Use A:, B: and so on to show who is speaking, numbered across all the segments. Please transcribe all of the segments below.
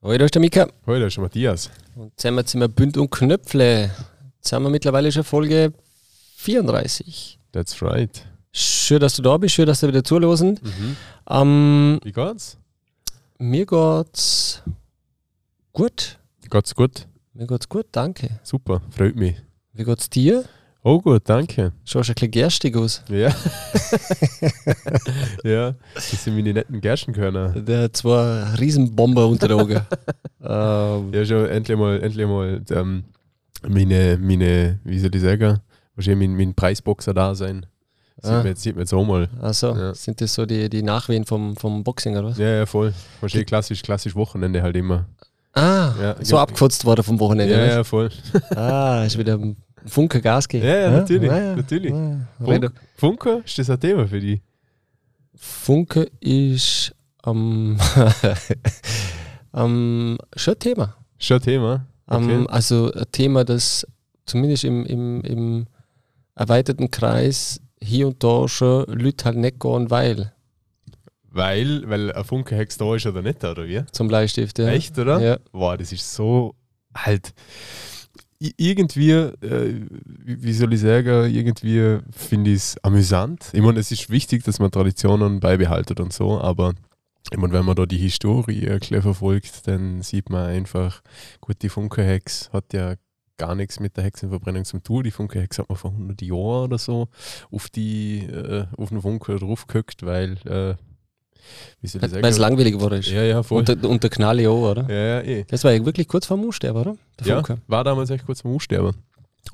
A: Hallo, da ist der Mika.
B: Hallo, da ist der Matthias.
A: Und zusammen sind wir Bünd und Knöpfle. Jetzt sind wir mittlerweile schon Folge 34.
B: That's right.
A: Schön, dass du da bist, schön, dass du wieder zuhörst. Ähm,
B: Mhm. Wie geht's?
A: mir geht's gut.
B: Geht's gut?
A: Mir geht's gut, danke.
B: Super, freut mich.
A: Wie geht's dir?
B: Oh gut, danke.
A: Schaust ein bisschen gerstig aus.
B: Ja. ja, das sind meine netten Gerschenkörner.
A: Der hat zwei Riesenbomber unter der Augen. ähm,
B: Ja, schon endlich mal, endlich mal ähm, meine, meine, wie soll ich sagen, wahrscheinlich mein, mein Preisboxer da sein. Sieht,
A: Ah.
B: man jetzt, sieht man jetzt auch mal.
A: also,
B: Ja.
A: sind das so die, die Nachwehen vom, vom Boxing oder was?
B: Ja, ja, voll. Wahrscheinlich klassisch, klassisch Wochenende halt immer.
A: Ah,
B: Ja,
A: so
B: ja.
A: abgekotzt worden vom Wochenende.
B: Ja,
A: oder was?
B: ja, voll.
A: Ah, ist wieder ein Funke Gas Ah, gegeben.
B: Ja, ja, natürlich, natürlich.
A: ja.
B: Funk,
A: Funke.
B: Funke, ist das ein Thema für dich?
A: Funke ist ähm, ähm, schon ein Thema.
B: Schon ein Thema.
A: Ähm, also ein Thema, das zumindest im, im, im erweiterten Kreis hier und da schon Leute halt nicht gehen, weil
B: Weil, weil ein Funke-Hex da ist oder nicht, oder wie?
A: zum Bleistift. Ja.
B: Echt, oder?
A: Ja.
B: Boah, das ist so halt. i- Irgendwie, äh, wie wie soll ich sagen, irgendwie finde ich es amüsant. Ich meine, es ist wichtig, dass man Traditionen beibehaltet und so, aber ich meine, wenn man da die Historie ein bisschen verfolgt, dann sieht man einfach, gut, die Funkerhex hat ja gar nichts mit der Hexenverbrennung zum tun. Die Funkerhex hat man vor 100 Jahren oder so auf, die, äh, auf den Funker draufgehockt, weil, äh, wie soll ich
A: Weil es
B: sagen,
A: langweilig geworden ist.
B: ja, ja, voll.
A: und, der- und der Knall ja auch, oder?
B: Ja, ja, eh.
A: Das war ja wirklich kurz vor dem Aussterben, oder? Der
B: Ja,
A: Funke.
B: war damals echt kurz vorm Aussterben.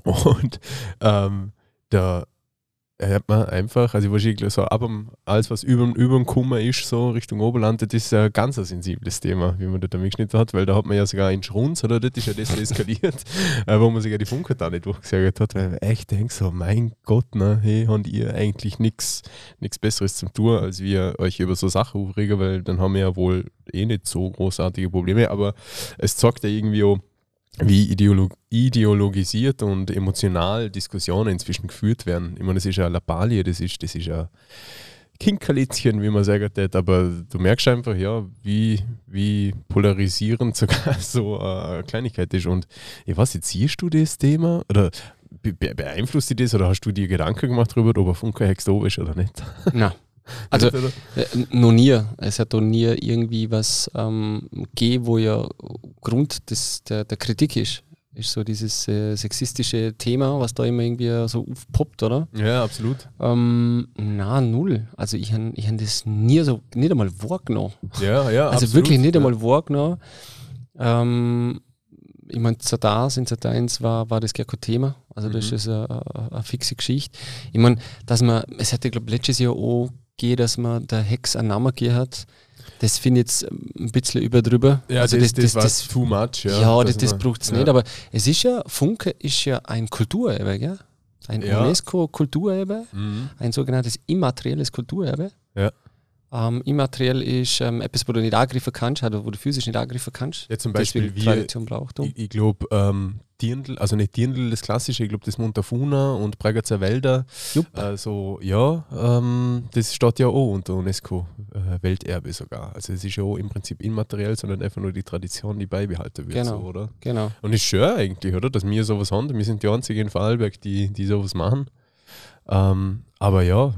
B: Und ähm, da hat man einfach, also wahrscheinlich so ab dem, alles was über, über dem Kummer ist, so Richtung Oberland, das ist ein ganz ein sensibles Thema, wie man das da mitgeschnitten hat, weil da hat man ja sogar einen Schrunz, oder? Das ist ja das eskaliert, äh, wo man sogar die Funke da nicht durchgesagt hat, weil man echt denkt so, mein Gott, ne, hey, habt ihr eigentlich nichts nichts Besseres zum Tour, als wir euch über so Sachen aufregen, weil dann haben wir ja wohl eh nicht so großartige Probleme, aber es zockt ja irgendwie um auch wie ideolo ideologisiert und emotional Diskussionen inzwischen geführt werden. Ich meine, das ist ja eine Lappalie, das ist, das ist ja Kinkerlitzchen, wie man sagen würde, aber du merkst einfach, ja, wie, wie polarisierend sogar so äh, eine Kleinigkeit ist. Und ich weiß nicht, siehst du das Thema oder be be beeinflusst dich das oder hast du dir Gedanken gemacht darüber, ob ein Funke Hex da ist oder nicht?
A: Nein. Also
B: Oder?
A: Äh, noch nie. Es hat noch nie irgendwie was ähm, gegeben, wo ja Grund des, der, der Kritik ist. Ist so dieses äh, sexistische Thema, was da immer irgendwie äh, so aufpoppt, oder?
B: ja, absolut.
A: Ähm, na, null. Also ich habe ich hab das nie so, nicht einmal wahrgenommen.
B: Ja, ja,
A: Also
B: absolut.
A: wirklich nicht
B: Ja.
A: einmal wahrgenommen. Ähm, ich meine, Zadars in Zadar 1 war, war das gar kein Thema. Also das
B: Mhm.
A: ist eine, eine, eine fixe Geschichte. Ich meine, dass man, es hätte, glaube ich, letztes Jahr auch gegeben, dass man der Hex einen Namen gegeben hat. Das finde ich jetzt ähm, ein bisschen überdrüber.
B: Ja,
A: also
B: das, das, war too much. Ja,
A: ja, das,
B: dass
A: das
B: man-
A: braucht es
B: ja.
A: nicht. Aber es ist ja, Funke ist ja ein Kulturerbe, gell? Ein
B: Ja.
A: UNESCO-Kulturerbe
B: Mhm.
A: ein sogenanntes immaterielles Kulturerbe.
B: Ja.
A: Ähm, immateriell ist ähm, etwas, wo du nicht angreifen kannst, also wo du physisch nicht angreifen kannst.
B: Ja, zum Beispiel
A: Deswegen
B: wir-
A: Tradition braucht um, du.
B: Ich, ich glaube, ähm, Dirndl, also nicht Dirndl, das klassische, ich glaube, das Montafuna und Bregenzer Wälder.
A: Jupp.
B: Also, ja, ähm, das steht ja auch unter UNESCO, äh, Welterbe sogar. Also, es ist ja auch im Prinzip immateriell, sondern einfach nur die Tradition, die beibehalten wird,
A: Genau.
B: so, oder?
A: Genau.
B: Und ist schön eigentlich, oder? Dass wir sowas haben. Wir sind die einzigen in Vorarlberg, die, die sowas machen. Ähm, aber ja,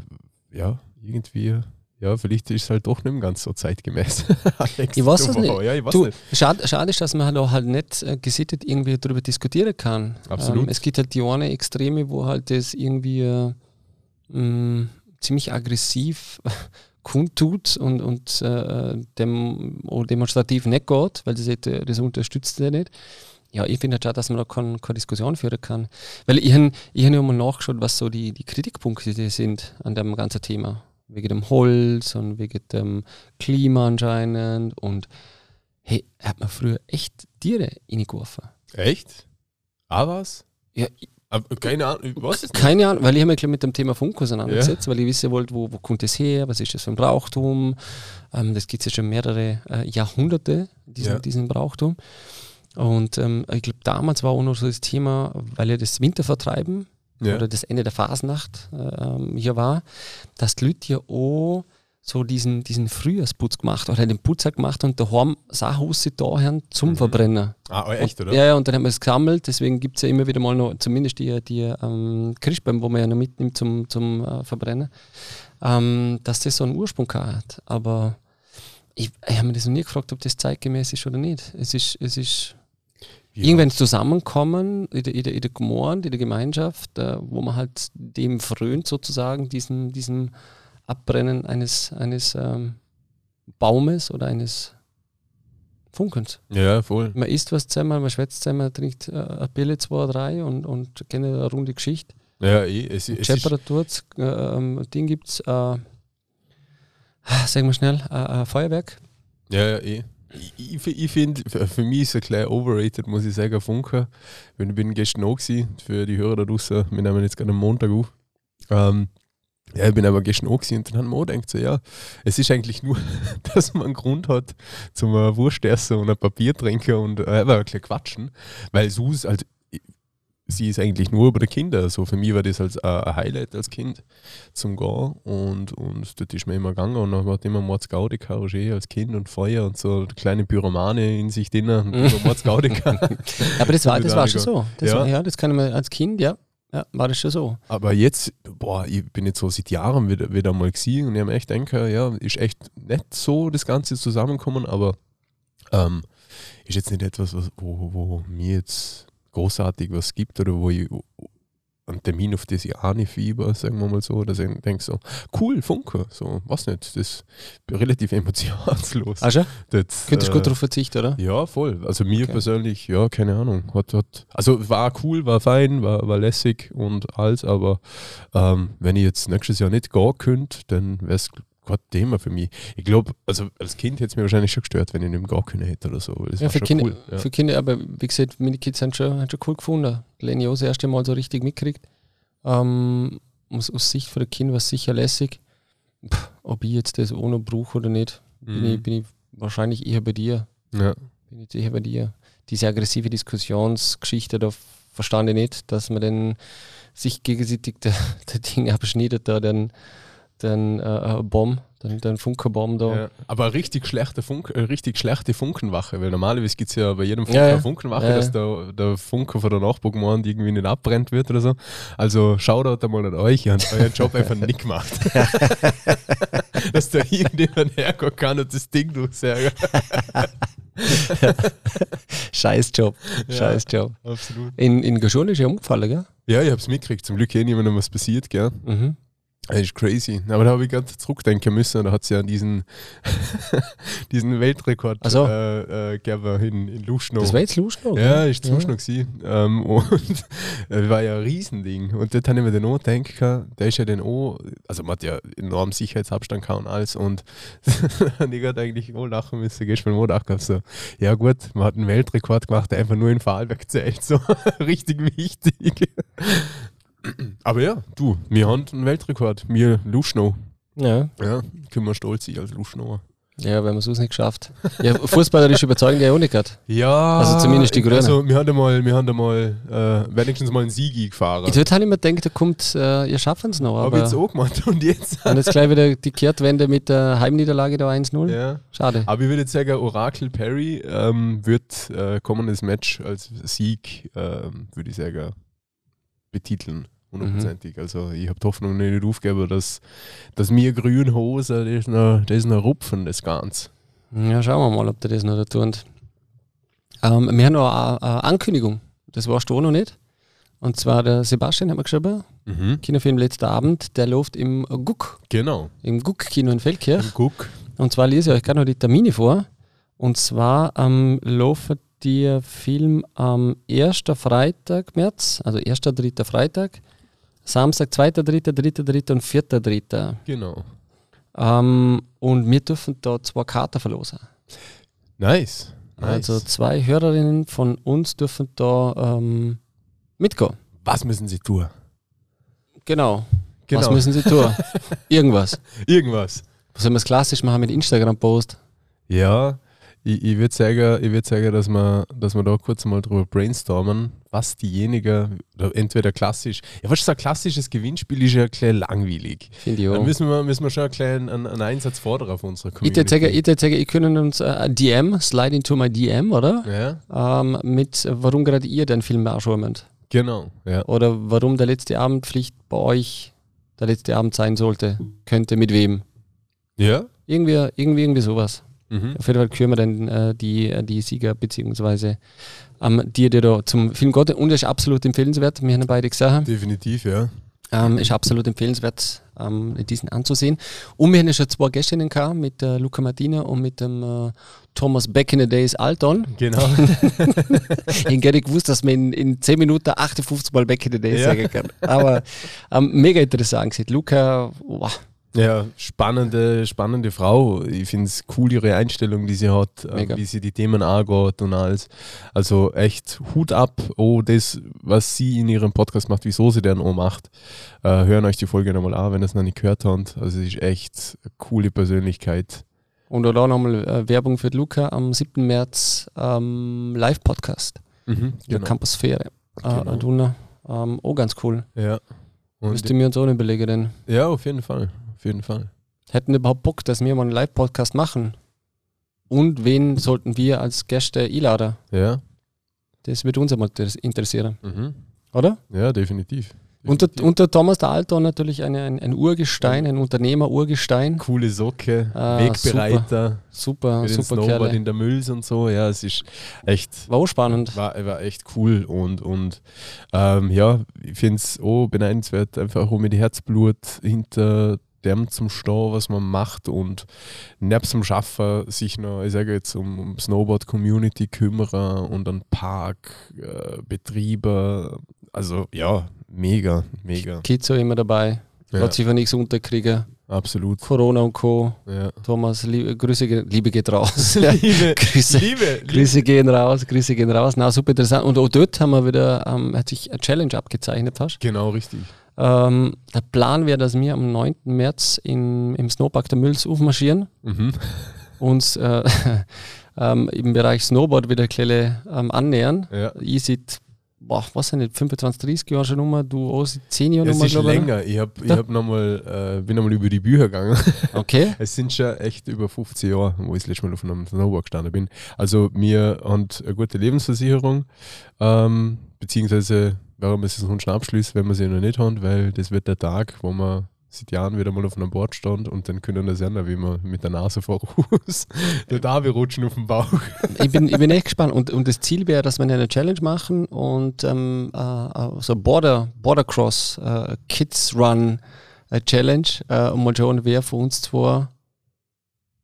B: ja, irgendwie, ja, vielleicht ist es halt doch nicht mehr ganz so zeitgemäß. Alex,
A: Ich weiß
B: du,
A: es
B: wow,
A: nicht.
B: Ja, ich weiß
A: Du,
B: nicht.
A: schade, schade ist, dass man halt auch halt nicht äh, gesittet irgendwie darüber diskutieren kann.
B: Absolut.
A: es gibt halt die eine Extreme, wo halt das irgendwie äh, mh, ziemlich aggressiv kundtut und, und äh, dem, oder demonstrativ nicht geht, weil das, nicht, äh, das unterstützt er nicht. Ja, ich finde halt schade, dass man da keine keine Diskussion führen kann. Weil ich habe ich hab ja mal nachgeschaut, was so die, die Kritikpunkte die sind an dem ganzen Thema. Wegen dem Holz und wegen dem Klima anscheinend. Und hey, hat man früher echt Tiere reingeworfen?
B: Echt? Ah, was?
A: Ja,
B: Aber keine Ahnung, ich weiß es nicht.
A: Keine Ahnung, weil ich habe mich gleich mit dem Thema Funk auseinandergesetzt, weil ich wissen wollte, wo, wo kommt das her, was ist das für ein Brauchtum. Ähm, das gibt es ja schon mehrere äh, Jahrhunderte, diesen,
B: Ja.
A: diesen Brauchtum. Und ähm, ich glaube, damals war auch noch so das Thema, weil ja das Wintervertreiben
B: Ja.
A: oder das Ende der Fasnacht äh, ähm, hier war, dass die Leute ja auch so diesen, diesen Frühjahrsputz gemacht oder den Putzer gemacht und daheim Sahusse da
B: Mhm.
A: zum Verbrenner.
B: Ah, echt, oder?
A: Ja, ja, und dann haben wir es gesammelt, deswegen gibt es ja immer wieder mal noch, zumindest die, die ähm, Christbäume, wo man ja noch mitnimmt zum, zum äh, Verbrennen, ähm, dass das so einen Ursprung gehabt hat. Aber ich, ich habe mir das noch nie gefragt, ob das zeitgemäß ist oder nicht. Es ist, es ist
B: Ja.
A: irgendwann zusammenkommen in der, in der, in der Gemeinde, in der Gemeinschaft, äh, wo man halt dem frönt sozusagen, diesen, diesem Abbrennen eines, eines ähm, Baumes oder eines Funkens.
B: Ja, voll.
A: Man isst was zusammen, man schwätzt zusammen, man trinkt äh, eine Bille, zwei, drei und, und kennt eine runde Geschichte.
B: Ja, eh, es, es ist,
A: Temperaturen, äh, ähm, Ding gibt es, äh, sagen wir schnell, äh, äh, Feuerwerk.
B: ja, ja, eh. Ich, ich, ich finde, für, für mich ist er gleich overrated, muss ich sagen, Funke. Wenn ich bin gestern auch gewesen, für die Hörer da draußen, wir nehmen jetzt gerade am Montag auf. Ähm, ja, ich bin aber gestern auch gewesen und dann haben wir auch gedacht, so, ja, es ist eigentlich nur, dass man einen Grund hat zum äh, Wurst essen und ein Papier trinken und äh, einfach ein bisschen quatschen, weil Sus, also ich- sie ist eigentlich nur über die Kinder, so für mich war das als äh, ein Highlight als Kind zum Gehen und, und dort ist man immer gegangen und dann hat immer Mords Gaudi gehabt, Roger eh als Kind und Feuer und so kleine Pyromane in sich drin und immer Mords Gaudi gehabt.
A: Aber das war, das war
B: Mega.
A: schon so. Das
B: Ja.
A: War, ja, das kann man als Kind, ja. Ja, war das schon so.
B: Aber jetzt, boah, ich bin jetzt so seit Jahren wieder, wieder mal gesehen und ich habe echt denke, ja, ist echt nett so das Ganze zusammenkommen, aber ähm, ist jetzt nicht etwas, was, wo, wo mir jetzt großartig was gibt oder wo ich einen Termin auf das ich auch nicht fieber, sagen wir mal so, dass ich denke so, cool, Funke, so, was nicht, das ist relativ emotionslos.
A: Also,
B: Das,
A: könntest du gut
B: äh,
A: darauf verzichten, oder?
B: ja, voll. Also mir
A: Okay.
B: persönlich, ja, keine Ahnung. Hat, hat, also war cool, war fein, war, war lässig und alles, aber ähm, wenn ich jetzt nächstes Jahr nicht gehen könnte, dann wäre es Gott Thema für mich. Ich glaube, also als Kind hätte es mir wahrscheinlich schon gestört, wenn ich nicht mehr gehen können hätte oder so. weil Das
A: Ja,
B: war
A: für
B: schon
A: Kinder,
B: cool. Ja.
A: für Kinder, aber wie gesagt, meine Kids haben schon, haben schon cool gefunden. Lenny auch das erste Mal so richtig mitkriegt. Ähm, aus, aus Sicht von der Kinder war es sicher lässig. Puh, ob ich jetzt das ohne brauche oder nicht, bin, ich,
B: Mhm.
A: bin ich wahrscheinlich eher bei dir.
B: ja.
A: Bin ich eher bei dir. Diese aggressive Diskussionsgeschichte, da verstand ich nicht, dass man dann sich gegenseitig der, der Ding abschneidet, da dann, dann äh, Bomb, dann, dann Funkerbomb da.
B: Ja. Aber richtig schlechte, Funk, äh, richtig schlechte Funkenwache, weil normalerweise gibt es ja bei jedem Funke
A: Ja, ja.
B: eine Funkenwache,
A: Ja, ja.
B: dass der, der Funke von der Nachbargemeinde irgendwie nicht abbrennt wird oder so. Also Shoutout einmal an euch, ihr habt euren Job einfach nicht gemacht. dass da irgendjemand herkommen kann und das Ding durchsagen.
A: Scheiß Job,
B: Ja.
A: scheiß Job.
B: Absolut.
A: In, in Gerschon ist ja umgefallen, gell?
B: Ja, ich hab's mitgekriegt. Zum Glück eh niemandem was passiert, gell?
A: Mhm.
B: Das ist crazy. Aber da habe ich gerade zurückdenken müssen. Da hat es ja diesen, diesen Weltrekord
A: Ach so.
B: äh, äh, gegeben in, in Luschnow.
A: Das war jetzt Luschnow.
B: Ja, ist zu noch gewesen. Ähm, und das war ja ein Riesending. Und dort habe ich mir dann auch gedacht, gehabt, der ist ja dann auch, also man hat ja enormen Sicherheitsabstand gehabt und alles. Und und ich hätte eigentlich auch lachen müssen, gehst du mir auch lachen. So, ja gut, man hat einen Weltrekord gemacht, der einfach nur in Fahrwerk zählt. So, richtig wichtig. Aber ja, du, wir haben einen Weltrekord. Wir Luschnow.
A: Ja.
B: Ja, können wir stolz sein als Luschnauer.
A: ja, wenn man es nicht geschafft. Ja, fußballerisch überzeugend ja auch nicht gerade.
B: Ja,
A: Also zumindest die Grünen.
B: Also, wir haben da mal, wir haben da mal äh, wenigstens mal einen Siegi gefahren.
A: Ich würde halt immer denken, da kommt, äh, ihr schafft es noch.
B: Habe
A: Aber
B: ich jetzt auch gemacht und jetzt.
A: und jetzt gleich wieder die Kehrtwende mit der Heimniederlage da 1-0.
B: Ja.
A: Schade.
B: Aber ich würde jetzt sagen, Oracle Perry ähm, wird äh, kommendes Match als Sieg, ähm, würde ich sagen, betiteln. Hundertprozentig.
A: Mhm.
B: Also ich habe die Hoffnung nicht aufgegeben, dass, dass mir grüne Hose, das ist noch, das ist noch Rupfen, das Ganze.
A: Ja, schauen wir mal, ob der das noch da tut. Ähm, wir haben noch eine, eine Ankündigung. Das warst du auch noch nicht. Und zwar der Sebastian hat mir geschrieben, Kinofilm letzter Abend, der läuft im Guck,
B: Genau.
A: im Guck-Kino in Feldkirch.
B: Guck.
A: Und zwar lese ich euch gerade noch die Termine vor. Und zwar ähm, laufen die Film am 1. Freitag März, also 1. 3. Freitag, Samstag 2. 3., 3. 3. und 4. 3.
B: Genau.
A: Ähm, und wir dürfen da zwei Karten verlosen.
B: Nice. nice.
A: Also zwei Hörerinnen von uns dürfen da ähm, mitgehen.
B: was müssen sie tun?
A: Genau. Was müssen sie tun? Irgendwas.
B: Irgendwas.
A: Sollen wir es klassisch machen mit Instagram-Post?
B: Ja, Ich, ich würde sagen, ich würd sagen dass, wir, dass wir da kurz mal drüber brainstormen, was diejenigen, oder entweder klassisch, ja, was so ein klassisches Gewinnspiel ist ja ein bisschen langweilig.
A: Finde ich
B: Da
A: auch.
B: müssen wir, müssen wir schon einen kleinen einen, einen Einsatz fordern auf unserer
A: Ich würde
B: Community.
A: sagen, ich würd sagen, ihr könnt uns äh, ein DM, slide into my DM, oder?
B: ja,
A: Ähm, mit, äh, warum gerade ihr den Film anschauen wollt.
B: genau. Ja.
A: Oder warum der letzte Abend vielleicht bei euch der letzte Abend sein sollte. Könnte, mit wem.
B: ja?
A: Irgendwie, irgendwie, irgendwie sowas.
B: Mhm.
A: Auf jeden Fall küren wir dann äh, die, die Sieger beziehungsweise ähm, die, die da zum Film gehen. Und das ist absolut empfehlenswert. Wir haben beide gesagt.
B: Definitiv, ja.
A: Ähm, ist absolut empfehlenswert, ähm, diesen anzusehen. Und wir hatten schon zwei Gästinnen gehabt, mit äh, Luca Martina und mit dem äh, Thomas Back in the Days Alton.
B: Genau.
A: Ich hätte nicht gewusst, dass man in, in 10 Minuten 58 Mal Back in the Days
B: Ja.
A: sagen kann. Aber ähm, mega interessant gewesen. Luca, wow,
B: Ja, spannende, spannende Frau. Ich finde es cool, ihre Einstellung, die sie hat, äh,
A: Mega.
B: wie sie die Themen angeht und alles. Also echt Hut ab, oh, das, was sie in ihrem Podcast macht, wieso sie den auch macht. Äh, hören euch die Folge nochmal an, wenn ihr es noch nicht gehört habt. Also sie ist echt eine coole Persönlichkeit.
A: Und da nochmal äh, Werbung für Luca am 7. März ähm, Live-Podcast in der
B: Genau.
A: Campusphäre. Äh,
B: Genau.
A: Aduna. Ähm, oh, ganz cool.
B: Ja. Und,
A: Müsste mir uns auch nicht überlegen, denn
B: ja, auf jeden Fall. Auf jeden Fall.
A: hätten überhaupt Bock, dass wir mal einen Live-Podcast machen. Und wen sollten wir als Gäste einladen?
B: Ja.
A: Das wird uns einmal inter- interessieren,
B: Mhm.
A: oder?
B: Ja, definitiv.
A: Und der,
B: Definitiv.
A: und der Thomas der Alter natürlich eine, ein, ein Urgestein, ein Unternehmer-Urgestein.
B: coole Socke,
A: Ah,
B: Wegbereiter.
A: Super,
B: mit dem
A: super
B: Snowboard
A: Kerl.
B: in der Mülls und so. Ja, es ist echt,
A: War auch spannend.
B: war, war echt cool und, und ähm, ja, ich finde es auch beneidenswert, einfach auch mit Herzblut hinter dem zum Stau, was man macht und neben dem Schaffen sich noch, ich sage jetzt, um, um Snowboard-Community kümmern und an Park, äh, Betriebe, also ja, mega, mega.
A: Kizo immer dabei.
B: Ja,
A: Hat sich von nichts unterkriegen.
B: absolut.
A: Corona und Co.
B: Ja.
A: Thomas, liebe, Grüße, ge- Liebe geht raus. Ja,
B: Liebe,
A: Grüße,
B: Liebe,
A: Grüße gehen raus, Grüße gehen raus. Na, super interessant. Und auch dort haben wir wieder, ähm, hat sich eine Challenge abgezeichnet fast.
B: Genau, richtig.
A: Ähm, der Plan wäre, dass wir am 9. März in, im Snowpark der Mülls aufmarschieren,
B: Mhm.
A: uns äh, ähm, im Bereich Snowboard wieder Klelle ähm, annähern.
B: Ja.
A: Ich seit, boah, was sind nicht, 25, 30 Jahre schon Nummer, du auch seit 10 Jahre
B: Ja, es
A: Nummer,
B: ist
A: glaube ich. ne?
B: länger. Ich, hab, ich hab noch mal, äh, bin nochmal über die Bücher gegangen.
A: Okay.
B: Es sind schon echt über 50 Jahre, wo ich das letzte Mal auf einem Snowboard gestanden bin. Also wir haben eine gute Lebensversicherung, ähm, beziehungsweise warum ist es ein schon Abschluss, wenn wir sie noch nicht haben, weil das wird der Tag, wo man seit Jahren wieder mal auf einem Board stand und dann können das ändern, wie man mit der Nase voraus. der Davi rutschen auf den Bauch.
A: ich, bin, ich bin echt gespannt. Und, und das Ziel wäre, dass wir eine Challenge machen und ähm, äh, so Border, Border Cross äh, Kids Run äh, Challenge äh, und mal schauen, wer von uns zwei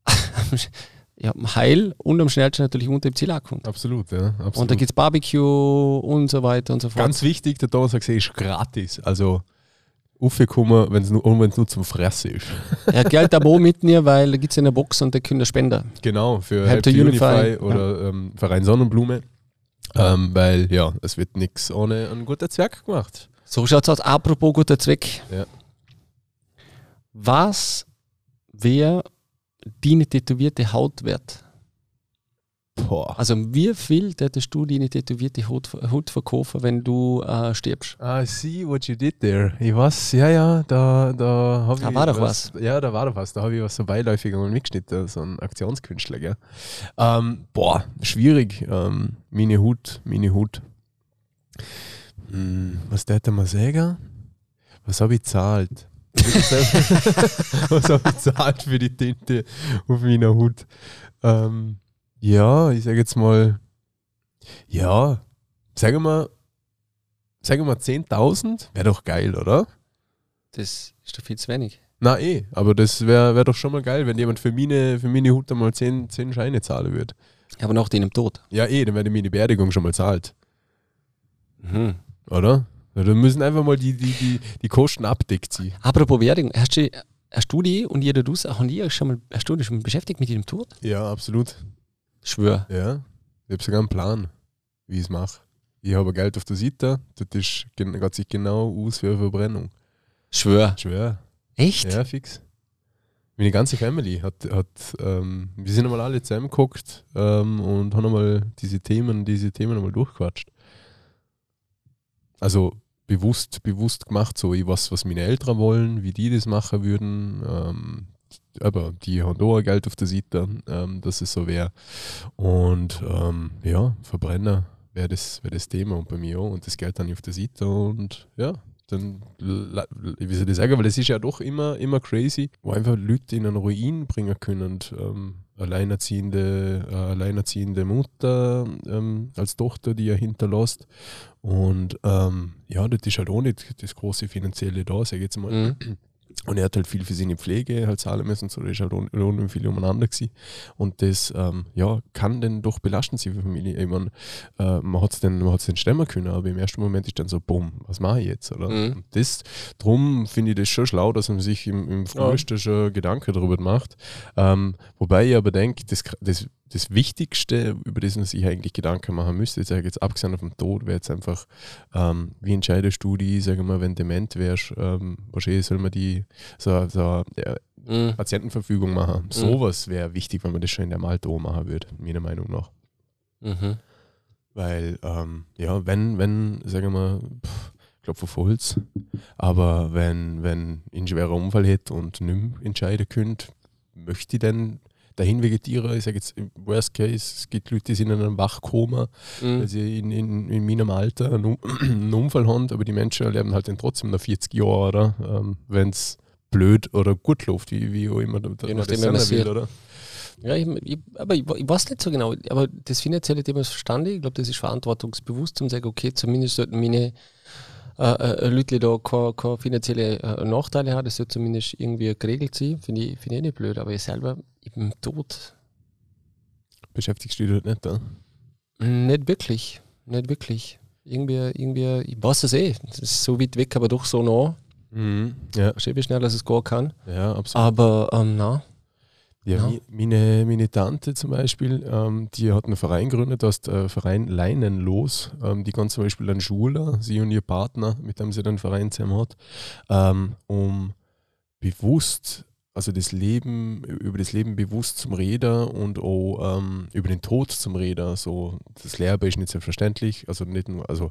A: ja, am heil und am schnellsten natürlich unter dem Ziel ankommt.
B: Absolut, ja. Absolut.
A: Und da gibt es Barbecue und so weiter und so fort.
B: Ganz wichtig, der Donnerstag sehe ist gratis. Also aufgekommen, wenn es nur, und wenn's nur zum Fressen ist.
A: Er hat Geld Abo mit mir, weil da gibt es eine Box und da können der Spender.
B: Genau, für
A: Help
B: Help,
A: to
B: to Unify,
A: Unify,
B: oder ähm, Verein Sonnenblume. Ähm, weil ja, es wird nichts ohne einen guten Zwerg gemacht.
A: So schaut's aus. Apropos guter Zweck.
B: Ja.
A: Was wäre deine tätowierte Haut wert?
B: Boah.
A: Also wie viel hättest du deine tätowierte Haut, Haut verkaufen, wenn du äh, stirbst?
B: Ah, I see what you did there. Ich weiß, ja, ja, da, da habe
A: Da
B: ich.
A: war doch
B: Ja, da war doch was. Da habe ich was so beiläufig einmal mitgeschnitten, so ein Aktionskünstler, gell? Ähm, boah, schwierig. Ähm, meine Hut, meine Hut. Hm, was hätte man sagen? Was habe ich zahlt? was habe ich zahlt für die Tinte auf meiner Hut? Ähm, ja, ich sage jetzt mal, ja, sagen wir, sagen wir 10.000, wäre doch geil, oder?
A: Das ist doch viel zu wenig.
B: Na eh, aber das wäre wär doch schon mal geil, wenn jemand für meine, für meine Hut einmal 10, 10 Scheine zahlen würde.
A: Aber nach deinem Tod.
B: Ja eh, dann wäre mir die Beerdigung schon mal zahlt, oder? Ja, Dann müssen einfach mal die, die, die, die Kosten abdeckt sie.
A: Apropos Beerdigung, hast du, hast du die und jeder du haben die euch schon mal, hast du dich schon mal beschäftigt mit deinem Tod?
B: Ja, absolut.
A: Schwör.
B: Ja. Ich habe sogar einen Plan, wie ich es mache. Ich habe Geld auf der Seite, das ist, gen- geht sich genau aus für eine Verbrennung.
A: Schwör.
B: Schwer.
A: Echt?
B: Ja, fix. Meine ganze Family hat, hat ähm, wir sind einmal alle zusammengeguckt ähm, und haben einmal diese Themen, diese Themen einmal durchquatscht. Also bewusst, bewusst gemacht, so ich weiß, was meine Eltern wollen, wie die das machen würden. Ähm, aber die haben da auch Geld auf der Seite, ähm, dass es so wäre. Und ähm, ja, Verbrenner wäre das, wär das Thema und bei mir auch. Und das Geld dann auf der Seite und ja, dann, la- ich will das sagen, weil es ist ja doch immer, immer crazy, wo einfach Leute in einen Ruin bringen können. Und, ähm, alleinerziehende, äh, alleinerziehende Mutter ähm, als Tochter, die er hinterlässt. Und ähm, ja, das ist halt auch nicht das große finanzielle da, sag ich jetzt mal.
A: Mhm.
B: Und er hat halt viel für seine Pflege halt zahlen müssen, so da ist halt un- unheimlich viel umeinander gewesen. Und das ähm, ja, kann dann doch belastend sein für die Familie. Ich mein, äh, man hat es dann, man hat's dann stemmen können, aber im ersten Moment ist dann so, bumm, was mache ich jetzt? Oder?
A: Mhm.
B: Und das, drum finde ich das schon schlau, dass man sich im, im Frühstück schon Gedanken darüber macht. Ähm, wobei ich aber denke, das, das, das Wichtigste, über das man sich eigentlich Gedanken machen müsste, jetzt, sag ich jetzt abgesehen vom Tod, wäre jetzt einfach, ähm, wie entscheidest du die, sagen wir mal, wenn dement wärst, ähm, wahrscheinlich soll man die so, so ja,
A: Mhm.
B: Patientenverfügung machen. Sowas wäre wichtig, wenn man das schon in der Malto machen würde, meiner Meinung nach.
A: Mhm.
B: Weil, ähm, ja, wenn, wenn, sagen wir mal, pff, Klopf auf Holz, aber wenn, wenn ich einen schweren Unfall hätte und nicht mehr entscheiden könnte, möchte ich dann dahin vegetieren? Ich sage jetzt, im worst case, es gibt Leute, die sind in einem Wachkoma, weil
A: Mhm.
B: sie in, in, in meinem Alter einen, Un einen Unfall haben, aber die Menschen leben halt dann trotzdem nach 40 Jahren, oder? Ähm, wenn es blöd oder gut läuft, wie, wie auch immer
A: Je
B: man
A: nachdem,
B: das
A: wie man
B: sagen will,
A: sieht.
B: oder?
A: Ja, ich, ich, aber ich, ich weiß nicht so genau. Aber das finanzielle Thema ist verstanden. Ich glaube, das ist verantwortungsbewusst, um zu sagen, okay, zumindest sollten meine äh, äh, Leute da keine, keine finanziellen äh, Nachteile haben. Das sollte zumindest irgendwie geregelt sein. Finde ich, find ich nicht blöd. Aber ich selber, ich bin tot.
B: Beschäftigst du dich halt nicht, oder?
A: Nicht wirklich. Nicht wirklich. Irgendwie, irgendwie, ich weiß es eh. Das ist so weit weg, aber doch so nah. Mhm.
B: Ja,
A: Schön schnell, dass es gehen kann.
B: ja, absolut.
A: Aber ähm, na.
B: Ja,
A: Ja.
B: mi- meine, meine Tante zum Beispiel, ähm, die hat einen Verein gegründet, das ist der Verein Leinenlos. Ähm, die kann zum Beispiel einen Schuler, sie und ihr Partner, mit dem sie den Verein zusammen hat, ähm, um bewusst, also das Leben, über das Leben bewusst zum Reden und auch ähm, über den Tod zum Reden. So, das Lehrer ist nicht selbstverständlich, also nicht nur, also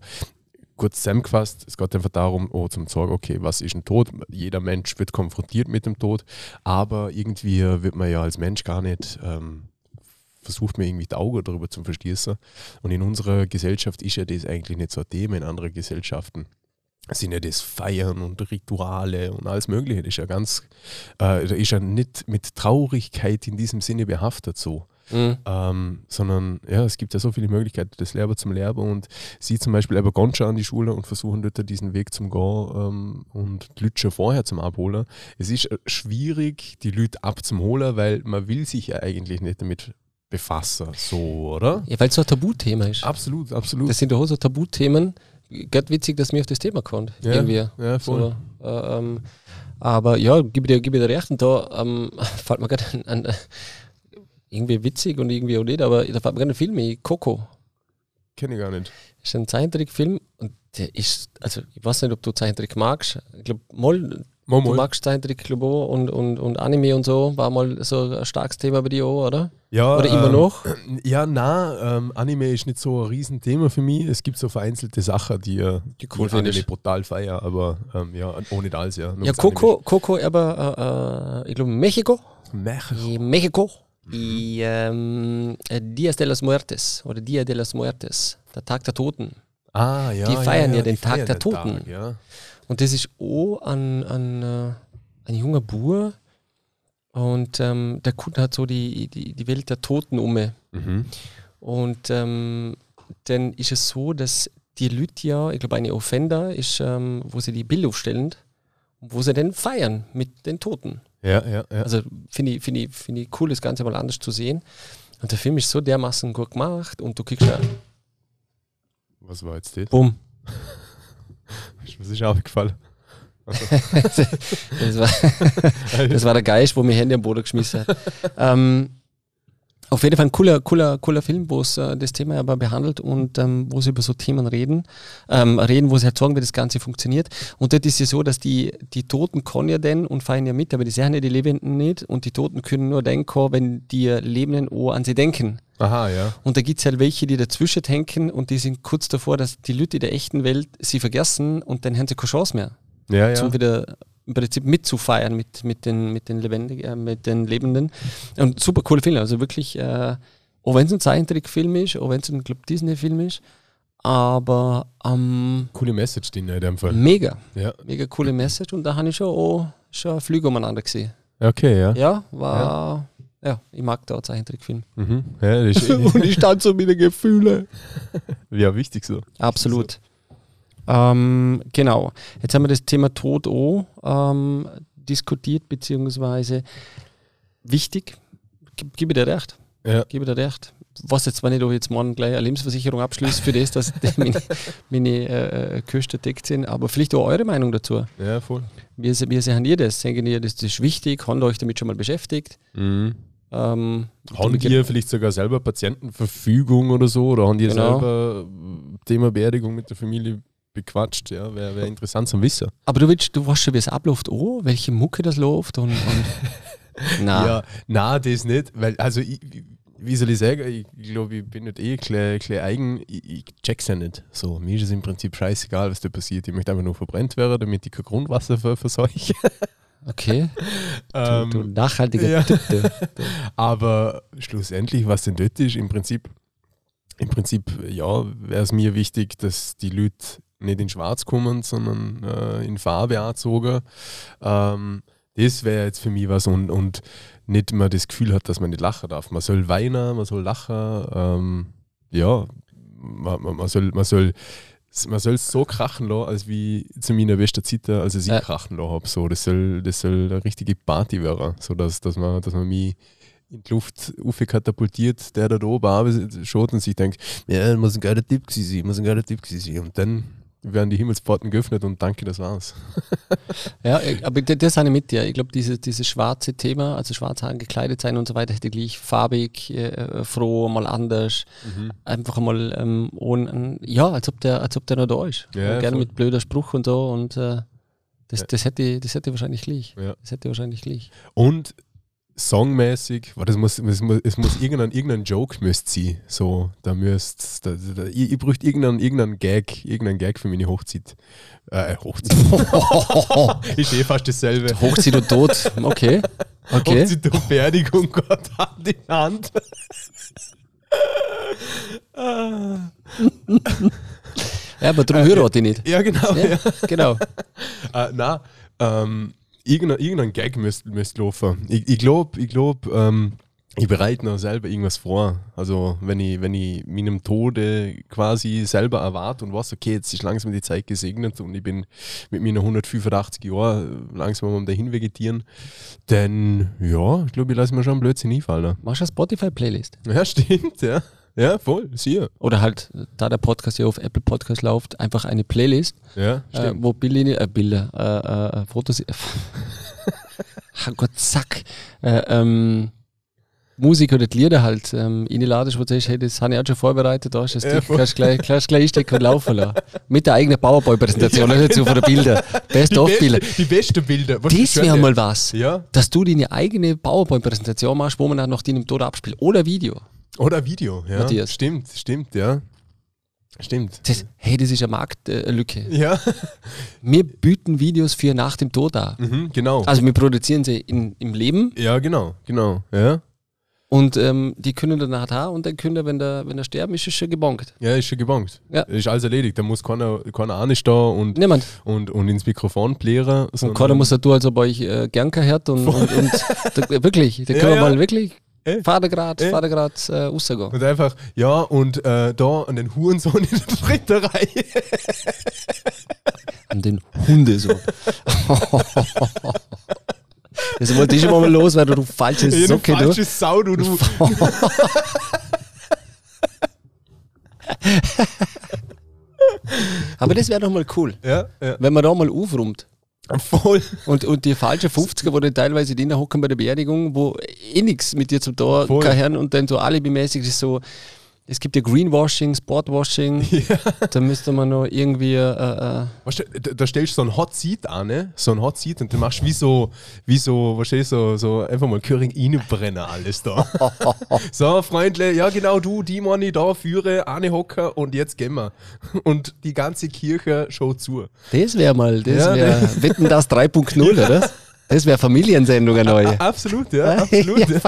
B: kurz zusammengefasst, es geht einfach darum, oh, zum sagen, okay, was ist ein Tod? Jeder Mensch wird konfrontiert mit dem Tod, aber irgendwie wird man ja als Mensch gar nicht, ähm, versucht mir irgendwie die Augen darüber zu verschließen. Und in unserer Gesellschaft ist ja das eigentlich nicht so ein Thema, in anderen Gesellschaften sind ja das Feiern und Rituale und alles Mögliche, das ist ja ganz, äh, da ist ja nicht mit Traurigkeit in diesem Sinne behaftet so.
A: Mhm.
B: Ähm, sondern ja, es gibt ja so viele Möglichkeiten, das Lehrer zum Lehrer und sie zum Beispiel aber ganz schon an die Schule und versuchen dort diesen Weg zum Gehen ähm, und die Leute schon vorher zum Abholen. Es ist äh, schwierig, die Leute abzuholen, weil man will sich ja eigentlich nicht damit befassen, so, oder?
A: Ja, weil es so ein Tabuthema ist.
B: Absolut, absolut.
A: Das sind doch auch so Tabuthemen. Ganz witzig, dass mir auf das Thema kommt.
B: Ja,
A: irgendwie.
B: ja, voll.
A: So, äh, ähm, aber ja, gib dir, gib dir recht. Und da ähm, fällt mir gerade an, an. Irgendwie witzig und irgendwie auch nicht, aber da fällt mir gerade ein Film ein, Coco.
B: Kenne ich gar nicht.
A: Das ist ein Zeichentrickfilm und der ist, also ich weiß nicht, ob du Zeichentrick magst. Ich glaube, mal, du
B: Momo.
A: magst Zeichentrick, glaube auch und, und, und Anime und so, war mal so ein starkes Thema bei dir auch, oder?
B: Ja,
A: Oder immer
B: ähm,
A: noch?
B: Ja, na, ähm, Anime ist nicht so ein Riesenthema für mich. Es gibt so vereinzelte Sachen, die, äh,
A: Die cool
B: ich Anime
A: findest.
B: brutal feier, aber ähm, ja, auch nicht alles, ja. Nur
A: Ja,
B: das Anime
A: Coco, Coco, aber äh, äh, ich glaube, Mexiko.
B: Mech.
A: in Mexiko, die ähm, Dias de los Muertes oder Dia de los Muertes, der Tag der Toten.
B: Ah, ja.
A: Die feiern ja
B: die
A: den Tag
B: feiern
A: der
B: den
A: Toten.
B: Tag, ja.
A: Und das ist auch an, an, äh, ein junger Bur und ähm, der Kunde hat so die, die, die Welt der Toten umme.
B: Mhm.
A: Und ähm, dann ist es so, dass die Leute ja, ich glaube, eine Offender ist, ähm, wo sie die Bilder aufstellen, wo sie dann feiern mit den Toten.
B: Ja, ja, ja.
A: Also finde ich, finde ich, finde ich cool, das Ganze mal anders zu sehen. Und der Film ist so dermaßen gut gemacht und du kriegst ja,
B: Was war jetzt das?
A: bumm.
B: Was ist aufgefallen?
A: Das war, das war der Geist, wo mir Handy am Boden geschmissen hat. ähm, Auf jeden Fall ein cooler, cooler, cooler Film, wo es äh, das Thema aber behandelt und ähm, wo sie über so Themen reden, ähm, reden, wo sie halt sagen, wie das Ganze funktioniert. Und das ist ja so, dass die, die Toten können ja denn und feiern ja mit, aber die sehen ja die Lebenden nicht und die Toten können nur denken, wenn die Lebenden auch an sie denken.
B: Aha, ja.
A: Und da gibt es halt welche, die dazwischen denken und die sind kurz davor, dass die Leute in der echten Welt sie vergessen und dann haben sie keine Chance mehr,
B: Ja, ja.
A: um wieder im Prinzip mitzufeiern mit, mit, den, mit, den Lebendig, äh, mit den Lebenden. Und super coole Film, also wirklich, äh, auch wenn es ein Zeichentrickfilm ist, auch wenn es ein Club Disney-Film ist, aber ähm,
B: Coole Message, die in dem Fall.
A: mega,
B: Ja.
A: mega coole Message und da habe ich schon, auch, schon Flüge umeinander gesehen.
B: Okay, ja.
A: Ja, war, ja, ich mag da auch Zeichentrickfilm.
B: Mhm. ja das ist
A: und ich stand so mit den Gefühlen.
B: ja, wichtig so.
A: Absolut. Ähm, genau. Jetzt haben wir das Thema Tod O ähm, diskutiert, beziehungsweise wichtig. Gib, gib mir dir recht.
B: Ja.
A: Gib mir dir recht. Was jetzt, wenn ich da jetzt morgen gleich eine Lebensversicherung abschließe für das, dass meine, meine äh, äh, Kosten deckt sind, aber vielleicht auch eure Meinung dazu.
B: Ja, voll.
A: Wie, se- wie sehen ihr das? Denken ihr, das ist wichtig? Habt ihr euch damit schon mal beschäftigt?
B: Mhm.
A: Ähm,
B: Haben die vielleicht sogar selber Patientenverfügung oder so? Oder haben die
A: Genau.
B: selber äh, Thema Beerdigung mit der Familie bequatscht? Ja, wäre wär interessant zum Wissen.
A: aber du, willst, du weißt schon, wie es abläuft, oh, welche Mucke das läuft und. und na.
B: Ja, na, das nicht, weil, also, ich, ich- wie soll ich sagen, ich glaube, ich bin nicht eh klar, klar eigen, ich, ich check's ja nicht. So, mir ist es im Prinzip scheißegal, was da passiert. Ich möchte einfach nur verbrennt werden, damit ich kein Grundwasser ver verseuche.
A: Okay.
B: Ähm,
A: du, du nachhaltiger
B: ja.
A: Typ. Du.
B: Aber schlussendlich, was denn dort ist, im Prinzip, im Prinzip, ja, wäre es mir wichtig, dass die Leute nicht in Schwarz kommen, sondern äh, in Farbe anzogen. Ähm, das wäre jetzt für mich was und, und nicht mehr das Gefühl hat, dass man nicht lachen darf. Man soll weinen, man soll lachen, ähm, ja, man, man, man soll, man soll man soll es so krachen lassen, als wie zu meiner besten Zeit, als ich
A: Ja.
B: ja. krachen lassen habe. So, das, soll, das soll eine richtige Party werden, so dass, dass, man, dass man mich in die Luft katapultiert, der da oben arbeitet, schaut und sich denkt, ja, das muss ein geiler Typ gewesen sein, muss ein geiler Typ gewesen sein. Und dann werden die Himmelspforten geöffnet und danke, das war's.
A: Ja, ich- aber das, das habe ich mit dir. Ich glaube, dieses, dieses schwarze Thema, also schwarz gekleidet sein und so weiter, hätte gleich farbig, äh, froh, mal anders,
B: Mhm.
A: einfach mal ähm, ohne, ja, als ob der, als ob der noch da ist.
B: Ja,
A: Und Gerne
B: voll.
A: mit blöder Spruch und so und äh, das,
B: Ja.
A: das, hätte, das hätte wahrscheinlich gleich.
B: Ja.
A: Das hätte wahrscheinlich gleich.
B: Und songmäßig, weil das muss, es muss, es muss irgendein, irgendein Joke müsst sie so, da müsst, da, da, da, ihr, ihr braucht irgendeinen, irgendeinen Gag, irgendeinen Gag für meine Hochzeit. Äh, Hochzeit. ist eh fast dasselbe.
A: Hochzieht und tot, okay. Okay.
B: Hochzeit und Beerdigung, Gott hat die Hand.
A: Ja, aber darum heirate ich nicht.
B: Ja, genau.
A: Ja, genau.
B: Äh, nein, ähm, irgendein, irgendein Gag müsste müsst laufen. Ich, ich glaube, ich, glaub, ähm, ich bereite noch selber irgendwas vor. Also, wenn ich, wenn ich meinem Tode quasi selber erwarte und weiß, okay, jetzt ist langsam die Zeit gesegnet und ich bin mit meinen 185 Jahren langsam am dahin vegetieren, dann, ja, ich glaube, ich lasse mir schon einen Blödsinn einfallen.
A: Machst du eine Spotify-Playlist?
B: Ja, stimmt, ja. Ja, voll, sicher.
A: Oder halt, da der Podcast ja auf Apple Podcast läuft, einfach eine Playlist
B: Ja,
A: äh,
B: stimmt.
A: wo Bilder, äh, Bilder, äh, äh, Fotos, äh, Ach Gott, zack, äh, ähm, Musik oder die Lieder halt ähm, reinladest, wo du sagst, hey, das habe ich auch schon vorbereitet, da ist das
B: Ja,
A: Ding,
B: voll.
A: kannst gleich, kannst gleich einstecken und laufen lassen. Mit der eigenen PowerPoint-Präsentation, nicht dazu von den Bildern. Best of Bilder.
B: besten, genau. die besten Bilder.
A: Das
B: Was
A: wäre
B: gefällt dir?
A: mal was.
B: Ja,
A: Dass du deine eigene PowerPoint-Präsentation machst, wo man dann noch deinem Tod abspielt. Oder Video.
B: Oder Video, ja.
A: Matthias.
B: Stimmt, stimmt, ja. Stimmt.
A: Das, hey, das ist eine Marktlücke.
B: Ja,
A: Wir bieten Videos für nach dem Tod an.
B: mhm, genau.
A: Also wir produzieren sie in, im Leben
B: ja, genau, genau, ja.
A: Und ähm, die können dann nachher da und dann können, die, wenn der, wenn der sterben ist, ist schon gebonkt.
B: Ja, ist schon gebongt.
A: Ja.
B: Ist alles erledigt. Da muss keiner, keiner auch nicht da und,
A: Niemand.
B: und, und ins Mikrofon plären.
A: Und keiner muss da du, als ob euch äh, Gernka hört und, und, und da, wirklich, da
B: Ja,
A: können wir
B: ja.
A: mal wirklich
B: Äh.
A: Vatergrad,
B: Äh.
A: Vatergrad äh, rausgehen.
B: Und einfach, ja, und äh, da und den Hurensohn in der dritten Reihe.
A: An den Hunde so. das wollte ich immer mal los, weil du, du falsche
B: Jede
A: Socke, du.
B: falsche Sau, du. du.
A: Aber das wäre doch mal cool,
B: ja, ja.
A: wenn man da mal aufrumt.
B: Voll.
A: Und, und die falschen 50er, wo dann teilweise drinnen hocken bei der Beerdigung, wo eh nichts mit dir zum Tor
B: Voll.
A: kann und dann so alibimäßig ist so, es gibt ja Greenwashing, Sportwashing,
B: Ja.
A: da müsste man noch irgendwie, äh, äh,
B: Weißt du, da, da stellst du so ein Hot Seat an, ne? so ein Hot Seat und dann machst du wie so, wie so, weißt du, so, so einfach mal Köring innenbrenner alles da.
A: äh,
B: so, Freundle, ja genau, du, die Money da, führe, Anne Hocker und jetzt gehen wir. Und die ganze Kirche schaut zu.
A: das wäre mal, das
B: Ja,
A: wäre, wetten das 3.0, oder? Das wäre Familiensendung eine neue.
B: Absolut, ja, absolut. ja.